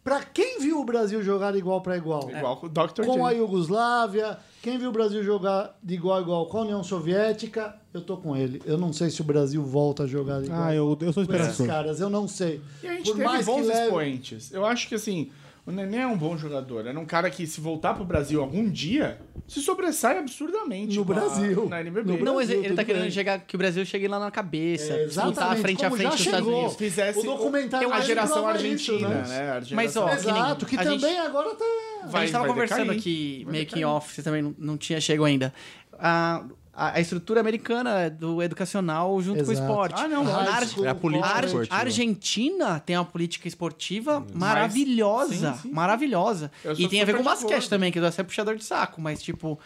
S2: Pra quem viu o Brasil jogar igual pra igual?
S5: é.
S1: É.
S4: Igual com o Dr.
S2: com a
S4: J.
S2: Iugoslávia. Quem viu o Brasil jogar de igual a igual com a União Soviética, eu tô com ele. Eu não sei se o Brasil volta a jogar de igual.
S1: Ah, eu, eu sou
S2: com esses
S1: esperançoso.
S2: caras, eu não sei.
S4: é. E a gente teve bons expoentes. Eu acho que, assim, o Nenê é um bom jogador. Era um cara que, se voltar pro Brasil algum dia, se sobressai absurdamente.
S2: No
S4: com a-
S2: Brasil.
S4: Na NBB.
S2: No
S5: Não, mas
S2: Brasil,
S5: ele, ele tá
S2: tudo
S5: querendo
S2: bem.
S5: chegar, que o Brasil chegue lá na cabeça,
S2: É,
S5: disputar
S2: exatamente,
S5: frente a
S2: como
S5: frente
S2: já
S5: dos Estados
S2: chegou.
S5: Unidos.
S4: Fizesse
S2: O documentário
S4: a
S2: dele
S4: geração
S2: prova isso,
S4: argentina,
S2: né?
S4: né? A
S5: Mas, ó,
S4: geração-
S2: Exato, que
S5: a gente-
S2: também agora tá.
S4: Vai-
S5: a gente tava
S4: vai
S5: conversando
S4: decair.
S5: aqui,
S4: Vai
S5: making
S4: decair.
S5: off, você também não, não tinha chego ainda. A, a, a estrutura americana é do educacional junto com o
S2: Exato.
S5: esporte.
S4: Ah, não,
S5: a,
S2: high
S5: Ar-
S2: school,
S3: é a política
S5: a Ar-
S2: college.
S3: esportiva.
S5: Argentina tem uma política esportiva maravilhosa.
S4: Hum. sim, sim.
S5: Maravilhosa.
S4: Eu sou
S5: E tem a ver
S4: super
S5: com
S4: de né? acordo.
S5: basquete também, que deve ser puxador de saco, mas tipo.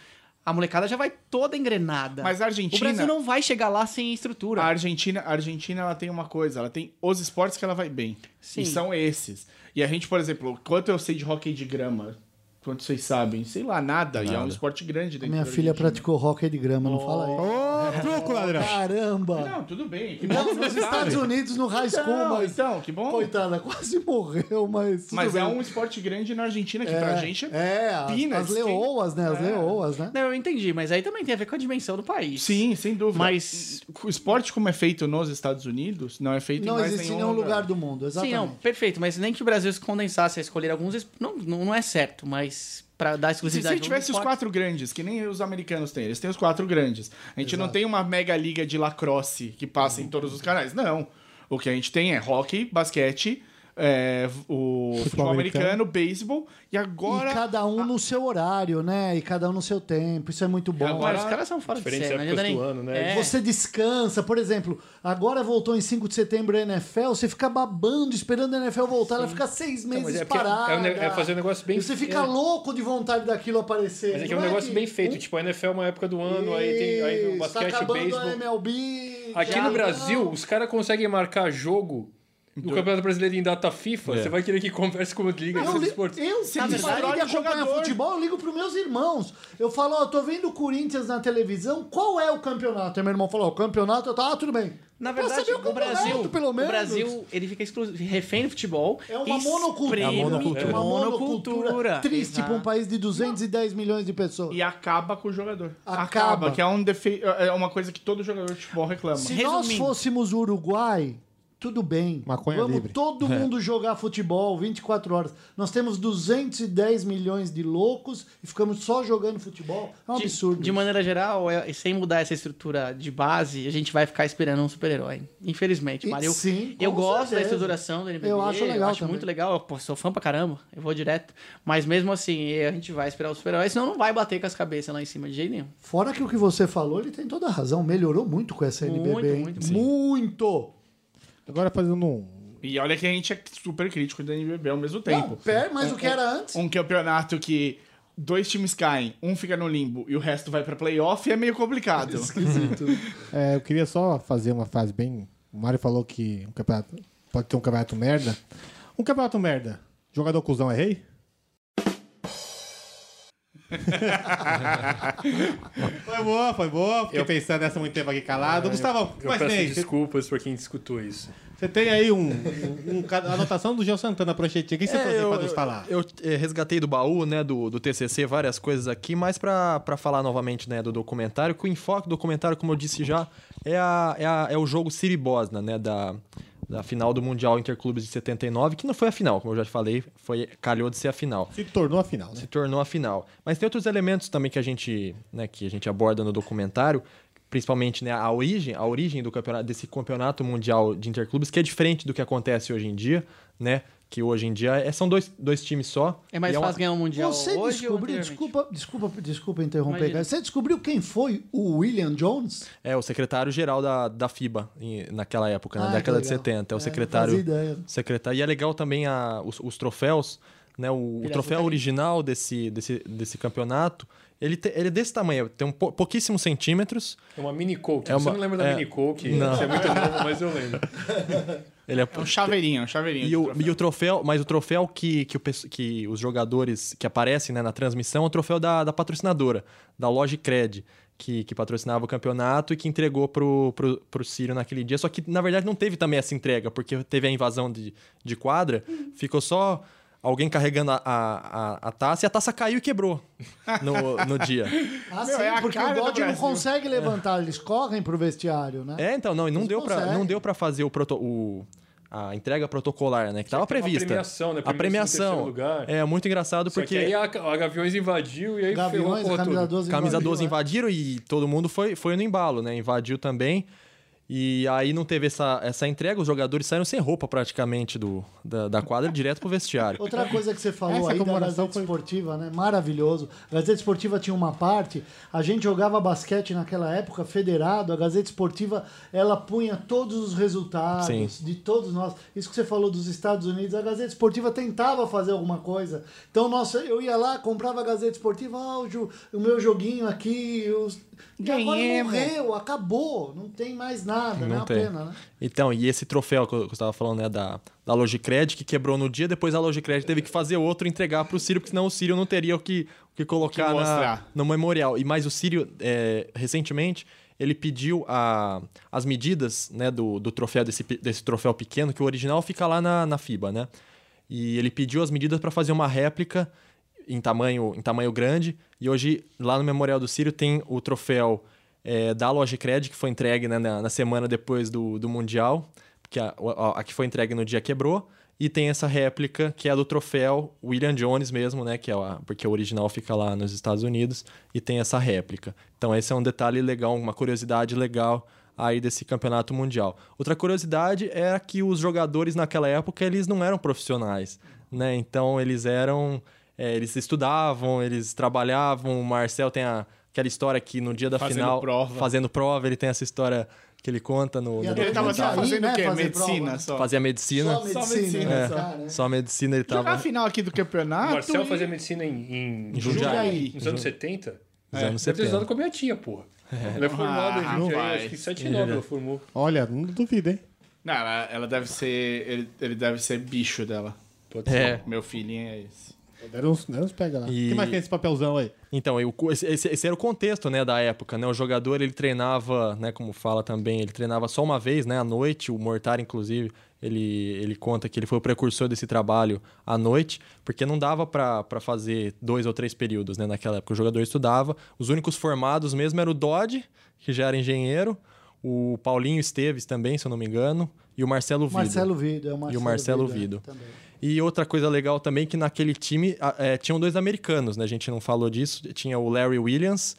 S5: A molecada já vai toda engrenada.
S4: Mas a Argentina-
S5: O Brasil não vai chegar lá sem estrutura.
S4: A Argentina, a Argentina ela tem uma coisa, ela tem os esportes que ela vai bem.
S5: Sim.
S4: E são esses. E a gente, por exemplo, quanto eu sei de hockey de grama? quanto vocês sabem? Sei lá, nada. E é um esporte grande. dentro
S2: Minha
S4: da
S2: filha
S4: Argentina.
S2: praticou hockey de grama, não fala aí.
S1: Ô, truco, ladrão!
S2: Caramba!
S4: Não, tudo bem. Que
S2: Não,
S4: bom que
S2: nos
S4: você
S2: Estados
S4: sabe.
S2: Unidos, no high school,
S4: Então,
S2: mas...
S4: então, que bom.
S2: Coitada, quase morreu, mas tudo
S4: Mas
S2: bem.
S4: é um esporte grande na Argentina, que pra gente é...
S2: é, as-
S4: peanuts,
S2: as leoas, né? As leoas, né?
S5: Não, eu entendi, mas aí também tem a ver com a dimensão do país.
S4: Sim, sem dúvida.
S5: Mas-
S4: o esporte como é feito nos Estados Unidos, não é feito em
S2: Não
S4: mais
S2: existe em
S4: nenhum
S2: nenhum lugar do mundo,
S5: Sim,
S2: exatamente.
S5: não, perfeito, mas nem que o Brasil se condensasse a escolher alguns. es- Não, não, não é certo, mas pra dar
S4: Se,
S5: exclusividade.
S4: se
S5: a um
S4: tivesse os
S5: esporte-
S4: quatro grandes, que nem os americanos têm, eles têm os quatro grandes. A gente não tem uma mega liga de lacrosse que passa
S2: Uhum.
S4: em todos os canais. Não. O que a gente tem é hockey, basquete, é, o futebol, americano, beisebol e agora.
S2: E cada um no seu horário, né? E cada um no seu tempo. Isso é muito bom.
S5: Agora, os caras são fora de
S6: Diferentes
S5: série, não
S6: épocas
S5: adianta nem.
S6: do ano, né?
S5: É.
S2: Você descansa, por exemplo, agora voltou em 5 de setembro a NFL, você fica babando, esperando a NFL voltar, ela fica seis
S6: mas
S2: meses
S6: é porque é um-
S2: parada.
S6: é um ne- é fazer um negócio bem-
S2: E você fica
S6: é.
S2: louco de vontade daquilo aparecer.
S6: Mas é que é
S2: Não
S6: um negócio
S2: que-
S6: bem feito.
S2: um-
S6: Tipo, a NFL é uma época do ano, aí tem aí o
S2: Isso,
S6: basquete,
S2: tá acabando
S6: beisebol.
S2: a MLB.
S6: Aqui
S2: já tá.
S6: no
S2: não.
S6: Brasil, os caras conseguem marcar jogo do Campeonato Brasileiro em data FIFA. Você vai querer que converse com a Liga
S2: Eu,
S6: de
S2: li,
S6: Esportes.
S2: eu se
S5: Na
S2: me
S5: verdade,
S2: parei de
S4: olha o
S2: acompanhar
S4: jogador.
S2: futebol, eu ligo pros meus irmãos. Eu falo, ó, tô vendo o Corinthians na televisão, qual é o campeonato? Aí meu irmão falou, ó, o campeonato, eu tô, ah, tudo bem.
S5: Na
S2: Pra
S5: verdade,
S2: saber
S5: o,
S2: campeonato,
S5: Brasil,
S2: pelo menos.
S5: o Brasil, ele fica exclu- refém do futebol.
S2: É uma
S5: exprime-
S2: monocultura.
S5: É uma monocultura.
S2: Uma monocultura. Triste
S5: Exato.
S2: pra um país de 210 milhões de pessoas.
S4: E acaba com o jogador.
S2: Acaba.
S4: que é, um defe... é uma coisa que todo jogador de futebol reclama.
S2: Se nós
S5: Resumindo.
S2: fôssemos Uruguai, tudo bem.
S1: Maconha
S2: Vamos
S1: livre.
S2: todo
S5: É.
S2: mundo jogar futebol 24 horas. Nós temos 210 milhões de loucos e ficamos só jogando futebol. É um
S5: De-
S2: absurdo.
S5: De maneira geral, é- sem mudar essa estrutura de base, a gente vai ficar esperando um super-herói. Infelizmente,
S2: E-
S5: Mário. Eu-
S2: sim,
S5: eu
S2: com
S5: gosto
S2: certeza.
S5: da estruturação do NBB.
S2: Eu acho legal também.
S5: muito legal. Eu pô, sou fã pra caramba. Eu vou direto. Mas mesmo assim, a gente vai esperar o super-herói, senão não vai bater com as cabeças lá em cima de jeito nenhum.
S2: Fora que o que você falou, ele tem toda a razão. Melhorou muito com essa NBB.
S5: Muito,
S2: hein?
S5: muito, sim.
S2: Muito.
S1: Agora fazendo um.
S4: E olha que a gente é super crítico do NBB ao mesmo tempo.
S2: Não, pera, mas o que
S5: É,
S2: era antes?
S4: um campeonato que dois times caem, um fica no limbo e o resto vai pra playoff é meio complicado.
S2: Esquisito.
S1: É, eu queria só fazer uma frase bem. O Mário falou que um campeonato... pode ter um campeonato merda. Um campeonato merda. Jogador cuzão é rei? foi boa, foi boa. Fiquei pensando nessa muito tempo aqui calado. Gustavo,
S6: Eu
S1: mas
S6: peço
S1: nem. Você
S6: desculpas pra quem escutou isso.
S1: você tem aí um, um, um ca- anotação do Geo Santana, pranchetinha. O que você trouxe aí assim pra nos falar?
S3: É, Eu eh, resgatei do baú, né, do, do TCC, várias coisas aqui, mas pra pra falar novamente, né, do documentário, que o enfoque do documentário, como eu disse já, é, a, é, a- é o jogo Siri Bosna, né, da, da final do Mundial Interclubes de 79, que não foi a final, como eu já te falei, foi calhou de ser a final.
S1: Se tornou a final, né?
S3: se tornou a final. Mas tem outros elementos também que a gente, né, que a gente aborda no documentário, principalmente né, a origem, a origem do campeonato desse campeonato mundial de interclubes, que é diferente do que acontece hoje em dia, né? Que hoje em dia é- são dois, dois times só.
S5: É mais
S3: E uma-
S5: fácil ganhar um mundial
S2: Você
S5: hoje ou
S2: descobriu,
S5: anteriormente?
S2: desculpa, desculpa, desculpa interromper,
S5: Imagina.
S2: cara. Você descobriu quem foi o William Jones?
S3: É o secretário-geral da, da FIBA em- naquela época, na
S2: Ah,
S3: década
S2: que
S3: de
S2: legal.
S3: 70. É o
S2: É,
S3: secretário.
S2: fazia ideia.
S3: secretário. E é legal também a, os, os troféus, né? O, o troféu original desse, desse, desse campeonato. Ele, te- ele é desse tamanho, tem um pou- pouquíssimos centímetros.
S6: É uma mini coke.
S3: É
S6: Você
S3: uma-
S6: não lembra da
S3: é.
S6: mini coke?
S3: Não.
S6: Você é muito novo, mas eu lembro.
S3: Ele é,
S4: É um chaveirinho, é um chaveirinho.
S3: E
S4: de
S3: o,
S4: troféu.
S3: e o troféu, mas o troféu que, que, o pesso- que os jogadores que aparecem né, na transmissão é o troféu da, da patrocinadora, da Loja Cred, que, que patrocinava o campeonato e que entregou pro, pro, pro Círio naquele dia. Só que, na verdade, não teve também essa entrega, porque teve a invasão de, de quadra, ficou só alguém carregando a, a, a- a taça e a taça caiu e quebrou no, no dia.
S2: Ah,
S4: Meu,
S2: sim,
S4: é a
S2: porque o
S4: cara do
S2: Dodge não
S4: Brasil.
S2: consegue levantar, eles correm pro vestiário, né?
S3: É, então, não, e não
S2: Mas
S3: deu pra,
S2: consegue.
S3: não deu pra fazer o, proto, o- a entrega protocolar, né? Que tava
S6: ter uma
S3: prevista.
S6: premiação, né?
S3: A
S6: Premiação
S3: premiação.
S6: em terceiro lugar.
S3: É muito engraçado
S6: Só
S3: porque.
S6: que aí a, a Gaviões invadiu e aí ferrou a
S2: Gaviões,
S6: porra
S2: camisa
S6: toda.
S2: 12
S3: Camisa 12
S2: invadiu, né?
S3: invadiram e todo mundo foi, foi no embalo, né? Invadiu também. E aí não teve essa, essa entrega, os jogadores saíram sem roupa praticamente do, da, da quadra direto pro vestiário.
S2: Outra coisa que você falou
S1: Essa
S2: aí da
S1: comemoração
S2: Gazeta
S1: foi-
S2: Esportiva, né? Maravilhoso. A Gazeta Esportiva tinha uma parte, a gente jogava basquete naquela época, federado, a Gazeta Esportiva, ela punha todos os resultados
S3: Sim.
S2: de todos nós. Isso que você falou dos Estados Unidos, a Gazeta Esportiva tentava fazer alguma coisa. Então, nossa, eu ia lá, comprava a Gazeta Esportiva, ah, o, jo- o meu joguinho aqui, os- E agora
S4: Ganhemos.
S2: morreu, acabou, não tem mais nada,
S3: Não
S2: não é uma
S3: tem.
S2: pena, né?
S3: Então, e esse troféu que eu estava falando, né, da, da Logicred, que quebrou no dia, depois a Logicred teve que fazer outro e entregar para o Sírio, porque senão o Sírio não teria o que, o que colocar na-
S4: Que mostrar.
S3: no memorial. E mais o Sírio, é, recentemente, ele pediu a, as medidas né, do, do troféu, desse, pe- desse troféu pequeno, que o original fica lá na, na FIBA, né? E ele pediu as medidas para fazer uma réplica em tamanho, em tamanho grande. E hoje, lá no Memorial do Sírio, tem o troféu é, da Logicred, que foi entregue né, na, na semana depois do, do Mundial, porque a, a- a que foi entregue no dia quebrou. E tem essa réplica, que é do troféu William Jones mesmo, né? Que é a, porque o original fica lá nos Estados Unidos, e tem essa réplica. Então, esse é um detalhe legal, uma curiosidade legal aí desse campeonato mundial. Outra curiosidade era que os jogadores naquela época eles não eram profissionais, né? Então eles eram, é, eles estudavam, eles trabalhavam. O Marcel tem a- aquela história que no dia da
S4: Fazendo
S3: final
S4: prova.
S3: fazendo prova ele tem essa história que ele conta no,
S2: E
S3: no
S2: a
S4: Ele tava só
S2: Aí,
S4: fazendo
S2: né,
S4: o quê?
S2: fazer
S4: Medicina
S2: prova.
S4: só.
S3: fazia medicina,
S2: Só medicina,
S4: medicina,
S2: né,
S4: é.
S2: cara? né?
S3: só medicina ele
S4: Jogar a
S3: tava
S4: final aqui do
S6: O
S4: campeonato.
S6: Marcel
S4: e-
S6: fazia medicina em, em
S3: Jundiaí.
S6: nos anos 70.
S3: nos anos
S6: Deve
S3: 70.
S6: ter estudado com a minha tia, porra. Ela é formada
S4: Ah,
S6: em Jundiaí,
S4: rapaz.
S6: acho que em 79
S3: É.
S6: ela formou.
S1: Olha, não duvido, hein?
S4: Não, ela, ela deve ser. Ele, ele deve ser bicho dela.
S6: Pode ser.
S3: É.
S4: Meu filhinho é esse.
S1: Deram uns, deram uns pega lá. O
S3: E-
S1: que mais tem esse papelzão aí?
S3: Então, eu- esse, esse- esse era o contexto, né, da época, né? O jogador, ele treinava, né, como fala também, ele treinava só uma vez, né, à noite. O Mortar, inclusive, ele, ele conta que ele foi o precursor desse trabalho à noite, porque não dava para fazer dois ou três períodos, né, naquela época. O jogador estudava. Os únicos formados mesmo era o Dodge, que já era engenheiro, o Paulinho Esteves também, se eu não me engano, e o Marcelo Vida.
S2: Marcelo Vido, é o Marcelo
S3: E o Marcelo Vido.
S2: também.
S3: E outra coisa legal também que naquele time ah, eh, tinham dois americanos, né? A gente não falou disso. Tinha o Larry Williams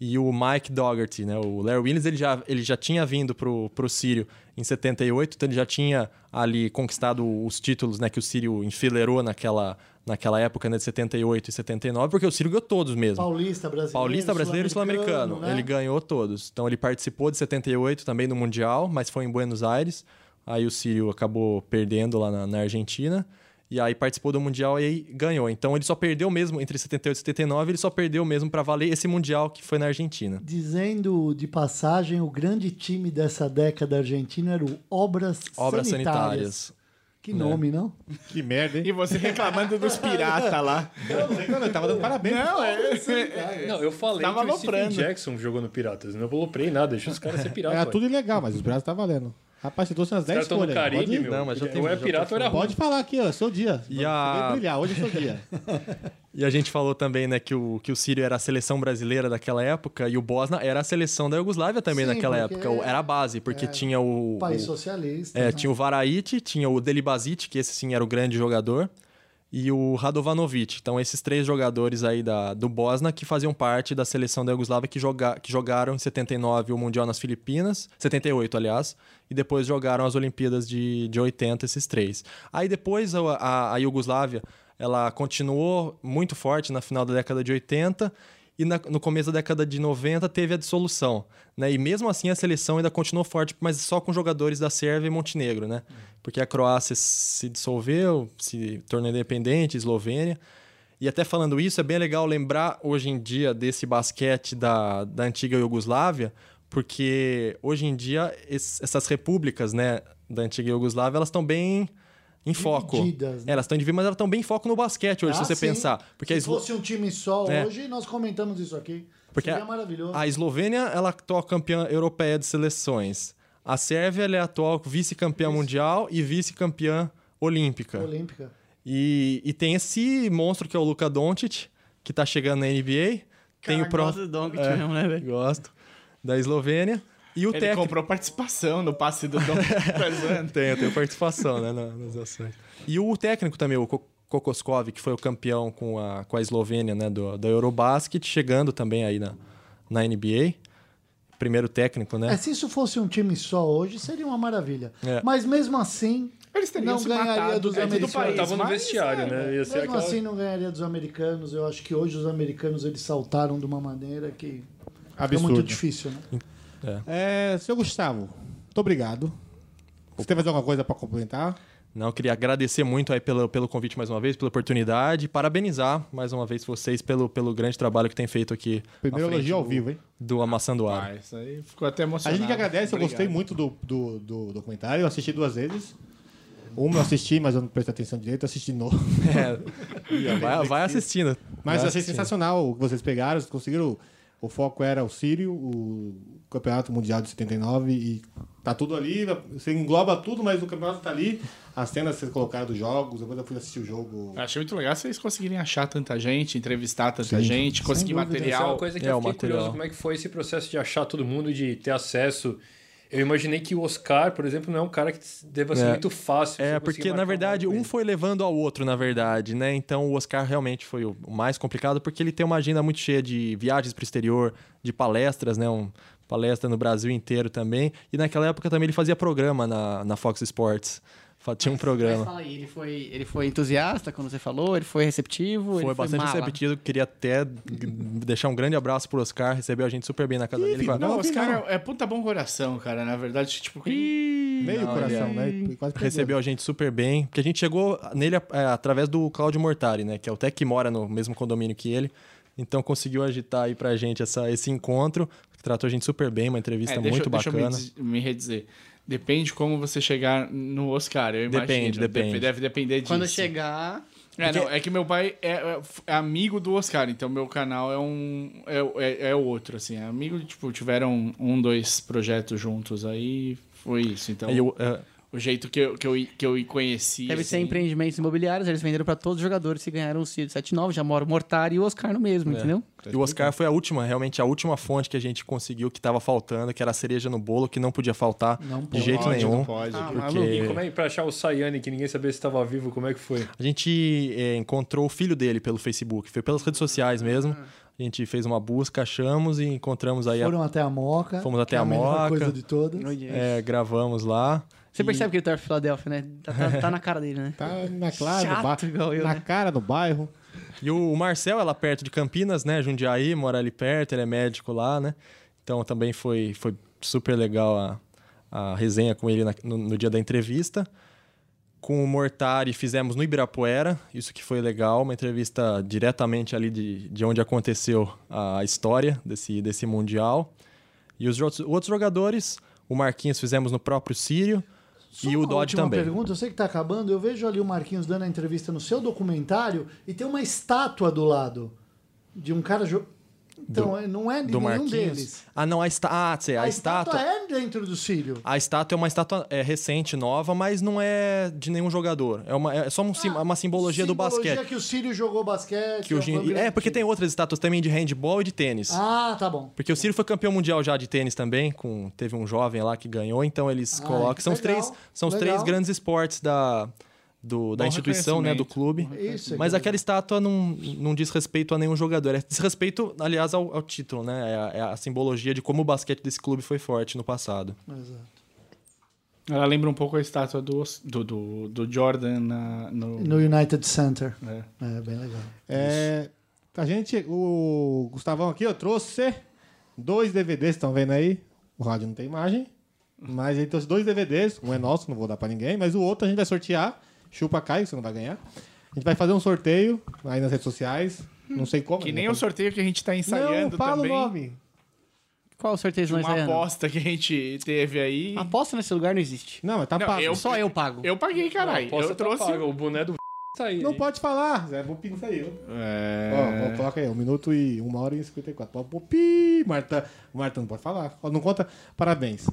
S3: e o Mike Dougherty, né? O Larry Williams ele já, ele já tinha vindo pro, pro Sírio em 78, então ele já tinha ali conquistado os títulos, né? Que o Sírio enfileirou naquela, naquela época, né? De 78 e 79, porque o Sírio ganhou todos mesmo.
S2: Paulista brasileiro.
S3: Paulista, brasileiro e sul-americano.
S2: né?
S3: Ele ganhou todos. Então ele participou de 78 também no Mundial, mas foi em Buenos Aires. Aí o Sírio acabou perdendo lá na, na Argentina. E aí participou do Mundial e aí ganhou. Então ele só perdeu mesmo, entre 78 e 79, ele só perdeu mesmo pra valer esse Mundial que foi na Argentina.
S2: Dizendo de passagem, o grande time dessa década argentina era o Obras,
S3: Obras
S2: Sanitárias.
S3: sanitárias. Né?
S2: Que nome, não?
S1: Que merda,
S4: E
S1: hein?
S4: você reclamando dos piratas lá.
S1: Não, eu tava dando parabéns.
S4: Não, é.
S6: Não, eu falei
S4: Tava
S6: que o Steven
S4: aloprando.
S6: Jackson jogou no Piratas. Não aloprei nada, deixa os caras ser piratas.
S1: Era tudo ilegal, mas os braços tá valendo. Rapaz, você trouxe umas
S6: Os
S1: 10
S6: caras estão no
S1: escolhas.
S6: Caribe,
S1: Pode,
S6: meu.
S3: Não, mas já tem-
S6: ou
S3: já
S6: é pirata
S3: tá
S6: ou era ruim.
S1: pode falar aqui, ó. é Seu dia.
S3: E
S1: Você
S3: a-
S1: veio brilhar. Hoje é seu dia.
S3: E a gente falou também, né, que o, que o Sírio era a seleção brasileira daquela época e o Bosna era a seleção da Iugoslávia também
S2: Sim,
S3: naquela
S2: porque- é,
S3: época. Ou Era a base, porque tinha o.
S2: País
S3: o-
S2: Socialista.
S3: É,
S2: né?
S3: tinha o Varaite, tinha o Delibazite, que esse sim era o grande jogador, e o Radovanovic. Então, esses três jogadores aí da, do Bosna que faziam parte da seleção da Iugoslávia que, joga, que jogaram em 79 o Mundial nas Filipinas, 78, aliás, e depois jogaram as Olimpíadas de, de 80, esses três. Aí depois a, a, a Iugoslávia ela continuou muito forte na final da década de 80 e na- no começo da década de 90 teve a dissolução, né? E mesmo assim a seleção ainda continuou forte, mas só com jogadores da Sérvia e Montenegro, né? Porque a Croácia se dissolveu, se tornou independente, Eslovênia. E até falando isso, é bem legal lembrar hoje em dia desse basquete da, da antiga Iugoslávia, porque hoje em dia es- essas repúblicas, né, da antiga Iugoslávia, elas estão bem em foco.
S2: Divididas, né?
S3: Elas estão divididas, mas elas estão bem em foco no basquete hoje,
S2: Ah,
S3: se você
S2: sim.
S3: pensar. Porque a
S2: Se
S3: Eslo-
S2: fosse um time só
S3: É.
S2: hoje, nós comentamos isso aqui.
S3: Porque
S2: Seria
S3: a-
S2: maravilhoso.
S3: A Eslovênia ela é atual campeã europeia de seleções. A Sérvia ela é atual vice-campeã mundial e vice-campeã olímpica.
S2: Olímpica.
S3: E, e tem esse monstro que é o Luka Doncic, que tá chegando na NBA. tem o pró-
S5: próprio Donkey mesmo, né, velho?
S3: Gosto. Da Eslovênia. E o
S4: Ele
S3: técnico.
S4: comprou participação no passe do Dom Pesante.
S3: Tem, eu tenho participação, né, na- nas ações. E o técnico também, o Ko- Kokoskov, que foi o campeão com a, com a Eslovênia, né, do, da Eurobasket, chegando também aí na, na NBA. Primeiro técnico, né?
S2: É, se isso fosse um time só hoje, seria uma maravilha.
S3: É.
S2: Mas mesmo assim,
S4: Eles teriam
S2: não
S4: se
S2: ganharia
S4: matado.
S2: dos
S4: É tudo
S2: americanos.
S4: país,
S6: Tava no
S4: mas,
S6: vestiário,
S4: é,
S6: né? Ia ser
S2: mesmo
S6: aquela...
S2: assim não ganharia dos americanos. Eu acho que hoje os americanos eles saltaram de uma maneira que é
S1: Absurdo.
S2: muito difícil, né?
S1: É, seu Gustavo, muito obrigado. Você tem mais alguma coisa pra complementar?
S3: Não, eu queria agradecer muito aí pelo, pelo convite mais uma vez, pela oportunidade, e parabenizar mais uma vez vocês pelo, pelo grande trabalho que tem feito aqui. à
S1: Primeiro
S3: frente
S1: elogio ao
S3: do-
S1: vivo, hein?
S3: Do Amassando Ar.
S4: Ah, isso aí ficou até
S1: A
S4: emocionado.
S1: gente que agradece, eu
S4: Obrigado.
S1: gostei muito do, do, do documentário, eu assisti duas vezes. Uma eu assisti, mas eu não prestei atenção direito, assisti de novo.
S3: É, vai, vai assistindo.
S1: Mas
S3: vai
S1: eu achei
S3: assistindo.
S1: sensacional o que vocês pegaram, vocês conseguiram. O foco era o Sírio, o Campeonato Mundial de 79 e tá tudo ali, você engloba tudo, mas o campeonato tá ali. As cenas que vocês colocaram dos jogos, depois eu fui assistir o jogo.
S4: Achei muito legal vocês conseguirem achar tanta gente, entrevistar tanta
S1: Sim.
S4: gente, conseguir
S6: Isso é
S4: material.
S6: uma coisa que
S3: É,
S6: eu
S3: o
S6: fiquei
S3: material.
S6: curioso, como é que foi esse processo de achar todo mundo e de ter acesso. Eu imaginei que o Oscar, por exemplo, não é um cara que deva ser
S3: É.
S6: muito
S3: É,
S6: fácil. você conseguir
S3: porque na
S6: marcar
S3: verdade
S6: alguma
S3: um
S6: coisa.
S3: foi levando ao outro, na verdade, né? Então o Oscar realmente foi o mais complicado porque ele tem uma agenda muito cheia de viagens para o exterior, de palestras, né? Um, palestra no Brasil inteiro também. E naquela época também ele fazia programa na, na Fox Sports. Fa- Tinha um
S5: Mas
S3: programa.
S5: fala aí, ele foi, ele foi entusiasta quando você falou? Ele foi receptivo? ele
S3: Foi bastante
S5: mala?
S3: receptido. Queria até g- deixar um grande abraço pro Oscar. Recebeu a gente super bem na casa dele.
S1: filho,
S4: Não,
S1: Não,
S4: os
S1: não.
S4: caras é puta bom coração, cara. Na verdade, tipo, quem-
S1: Meio coração, né? E Quase perdeu.
S3: Recebeu a gente super bem. Porque a gente chegou nele é, através do Claudio Mortari, né? Que é o Tec que mora no mesmo condomínio que ele. Então conseguiu agitar aí pra gente essa, esse encontro. Tratou a gente super bem, uma entrevista
S4: É, deixa,
S3: muito
S4: eu- deixa eu me
S3: bacana.
S4: des- me, redizer. Depende como você chegar no Oscar, eu imagino.
S3: Depende,
S4: Dep-
S3: depende.
S4: Deve depender disso.
S5: Quando chegar.
S4: É, não, é que meu pai é, é f- é amigo do Oscar, então meu canal é um. É, é, é outro, assim. É amigo, tipo, tiveram um, dois projetos juntos aí. Foi isso. Então,
S3: Aí eu, é,
S4: o jeito que eu, que eu, que eu conheci.
S5: Deve ser
S4: assim,
S5: empreendimentos imobiliários, eles venderam pra todos os jogadores que ganharam o CID 79, já mora o Mortari e o Oscar no mesmo, entendeu?
S3: E o Oscar foi a última, realmente a última fonte que a gente conseguiu que tava faltando, que era a cereja no bolo, que não podia faltar de jeito
S4: pode,
S3: nenhum.
S4: Não pode.
S5: Ah,
S3: Porque-
S5: maluco.
S6: E como é que pra achar o Sayane, que ninguém sabia se estava vivo, como é que foi?
S3: A gente é, encontrou o filho dele pelo Facebook, foi pelas redes sociais mesmo. A gente fez uma busca, achamos e encontramos aí. a-
S2: Foram até a Moca.
S3: Fomos até
S2: que é
S3: a Moca.
S2: melhor coisa de todas.
S3: é, gravamos lá.
S5: Você percebe que ele torce pro Philadelphia, né? Tá, tá- tá na cara dele, né?
S1: Tá na, clara,
S5: Chato
S1: no bairro-
S5: igual eu,
S1: na
S5: né?
S1: cara do bairro.
S3: E o Marcel é lá perto de Campinas, né? Jundiaí, mora ali perto, ele é médico lá, né? Então também foi, foi super legal a, a resenha com ele na- no, no dia da entrevista. Com o Mortari fizemos no Ibirapuera, isso que foi legal, uma entrevista diretamente ali de, de onde aconteceu a história desse, desse Mundial. E os outros, outros jogadores, o Marquinhos fizemos no próprio Sírio
S2: Só
S3: e o
S2: uma
S3: Dodge
S2: última
S3: também.
S2: pergunta, eu sei que tá acabando. Eu vejo ali o Marquinhos dando a entrevista no seu documentário e tem uma estátua do lado de um cara. jo- Então, é- não é de
S3: Do
S2: nenhum
S3: Marquinhos.
S2: deles.
S3: Ah, não, a, esta... ah, sei, a,
S2: a
S3: estátua.
S2: é dentro do cílio.
S3: A estátua é uma estátua é, recente, nova, mas não é de nenhum jogador. É, uma, é só um
S2: Ah,
S3: sim- uma simbologia, do basquete.
S2: que o Círio jogou basquete.
S3: Que hoje em-
S2: foi um grande
S3: é, porque
S2: time.
S3: tem outras estátuas também de handball e de tênis.
S2: Ah, tá bom.
S3: Porque o Ciro foi campeão mundial já de tênis também, com teve um jovem lá que ganhou, então eles
S2: Ah,
S3: colocam.
S2: que
S3: São os
S2: legal,
S3: três, são os
S2: legal.
S3: três grandes esportes da, do- da
S4: Bom
S3: instituição, né? Do
S4: reconhecimento.
S3: clube.
S2: Isso.
S3: Mas
S2: é
S3: aquela estátua não, não diz respeito a nenhum jogador. É desrespeito, aliás, ao, ao título, né? É a- é a simbologia de como o basquete desse clube foi forte no passado.
S2: Exato.
S4: Ela lembra um pouco a estátua do, Os- do, do, do Jordan na, no.
S2: No United Center.
S4: É.
S2: É, bem legal.
S1: É, a gente, o Gustavão aqui, eu trouxe dois DVDs, estão vendo aí? O rádio não tem imagem, mas ele trouxe dois DVDs. Um é nosso, não vou dar pra ninguém, mas o outro a gente vai sortear. Chupa Caio, você não vai ganhar. A gente vai fazer um sorteio aí nas redes sociais. Não sei como.
S4: Que nem o sorteio que a gente tá ensaiando
S1: Não, fala
S4: também.
S1: o nome.
S5: Qual o sorteio de
S4: Uma
S5: nós aí, Ana?
S4: aposta que a gente teve aí.
S5: Aposta nesse lugar não existe.
S1: Não, mas tá
S4: Não,
S1: pago.
S4: eu-
S5: Só eu pago.
S4: Eu paguei, caralho.
S6: Posso
S4: Eu
S6: até
S4: trouxe. um-
S6: pagar, O boné do tá aí.
S1: Não
S6: hein?
S1: pode falar, Zé. Vou pintar aí. ó.
S4: um
S1: Ó, ó,
S4: É...
S1: coloca aí, um minuto e uma hora e 54. Pop, pop, pi, Marta, Marta não pode falar. Ó, Não conta. Parabéns.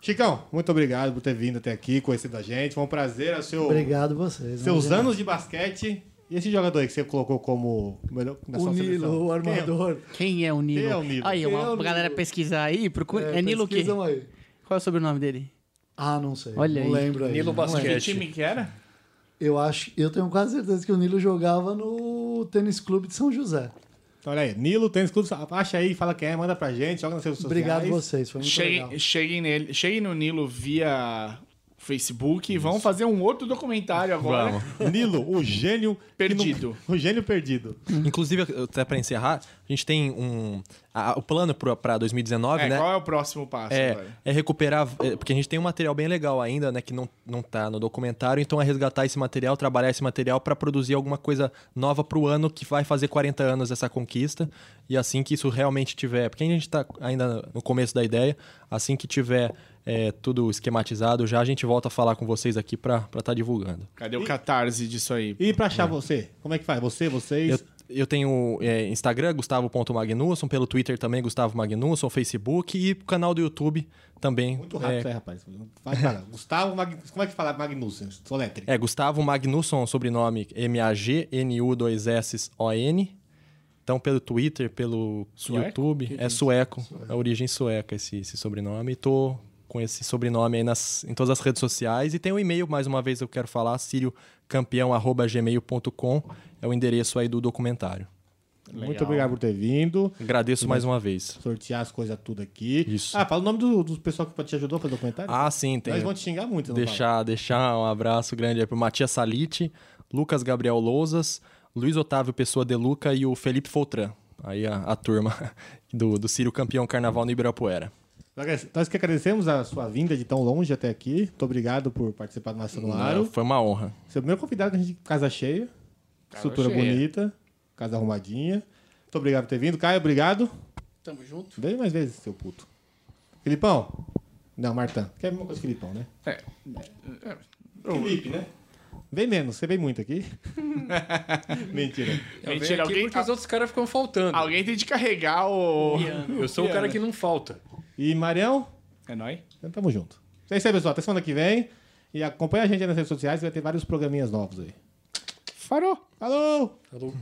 S1: Chicão, muito obrigado por ter vindo até aqui, conhecido a gente. Foi um prazer. É o seu,
S2: Obrigado vocês.
S1: seus
S2: né?
S1: anos de basquete. E esse jogador aí que você colocou como melhor da
S2: O
S1: sua
S2: Nilo,
S1: seleção?
S2: o
S1: Quem é?
S2: armador.
S5: Quem é o Nilo?
S1: Quem é o Nilo?
S5: Aí,
S2: Quem
S5: uma
S2: é o
S5: galera
S2: Nilo?
S5: pesquisar aí, procura. É, Nilo o quê?
S2: pesquisam aí.
S5: Qual é o sobrenome dele?
S2: Ah, não sei.
S5: Olha
S2: não
S5: aí.
S2: lembro aí.
S6: Nilo
S4: Que
S6: Basquete.
S4: um time que era?
S2: Eu acho, eu tenho quase certeza que o Nilo jogava no tênis clube de São José.
S1: Então, olha aí, Nilo, Tênis Clube, acha aí, fala quem é, manda pra gente, joga nas redes sociais.
S2: Obrigado vocês, foi muito legal.
S4: Cheguem, cheguem, nele, cheguem no Nilo via Facebook. Vão fazer um outro documentário agora.
S3: Vamos.
S1: Nilo, o gênio. que
S4: Perdido.
S1: não- o gênio perdido.
S3: Inclusive, eu- até para encerrar, a gente tem um. a- o plano para 2019,
S4: É,
S3: né?
S4: Qual é o próximo passo?
S3: É,
S4: agora?
S3: é recuperar. é, porque a gente tem um material bem legal ainda, né? Que não, não tá no documentário. Então é resgatar esse material, trabalhar esse material para produzir alguma coisa nova pro ano que vai fazer 40 anos essa conquista. E assim que isso realmente tiver. Porque a gente tá ainda no começo da ideia. Assim que tiver é, tudo esquematizado, já a gente volta a falar com vocês aqui para estar divulgando.
S4: Cadê o catarse disso aí?
S1: E pra achar você? Como é que faz? Você, vocês?
S3: Eu, eu tenho é, Instagram, gustavo.magnusson, pelo Twitter também, Gustavo Magnusson, Facebook e canal do YouTube também.
S1: Muito rápido
S3: é,
S1: isso aí, rapaz. Vai, cara. Gustavo Mag... Como é que fala Magnussen? Soletre.
S3: É, Gustavo Magnusson, sobrenome M-A-G-N-U-2-S-O-N. Então, pelo Twitter, pelo YouTube, é sueco, é origem sueca esse, esse sobrenome. E tô com esse sobrenome aí nas, em todas as redes sociais. E tem um e-mail, mais uma vez eu quero falar, siriocampeão.gmail.com. É o endereço aí do documentário.
S1: Muito obrigado por ter vindo.
S3: Agradeço mais uma vez.
S1: Sortear as coisas tudo aqui.
S3: Isso.
S1: Ah, fala o nome do, do pessoal que te ajudou a fazer o comentário.
S3: Ah, sim, tem.
S1: Nós vamos te xingar muito, não fala?
S3: deixar, deixar um abraço grande aí pro Matias Salite, Lucas Gabriel Lousas, Luiz Otávio Pessoa de Luca e o Felipe Foltran. Aí a, a turma do, do Círio Campeão Carnaval no Ibirapuera.
S1: Agradece- Nós que agradecemos a sua vinda de tão longe até aqui. Muito obrigado por participar do nosso
S3: Não,
S1: celular.
S3: Foi uma honra.
S1: Seu primeiro convidado que a gente casa cheia, estrutura
S6: cheia.
S1: bonita, casa arrumadinha. Muito obrigado por ter vindo. Caio, obrigado.
S5: Tamo junto.
S1: Vem mais vezes, seu puto. Filipão? Não, Martã. Quer a mesma coisa que Filipão, né?
S4: É.
S1: Felipe, né? Vem menos, você vem muito aqui. Mentira.
S6: Eu venho
S4: Mentira,
S6: aqui
S4: alguém- tá-
S6: porque os outros caras ficam faltando.
S4: Alguém é, né? tem de carregar o.
S6: Eu sou o cara que não falta.
S1: E Marião?
S4: É nóis?
S1: Então, tamo junto. É isso aí, pessoal. Até semana que vem. E acompanha a gente aí nas redes sociais, vai ter vários programinhas novos aí. Farou! Falou!
S6: Falou.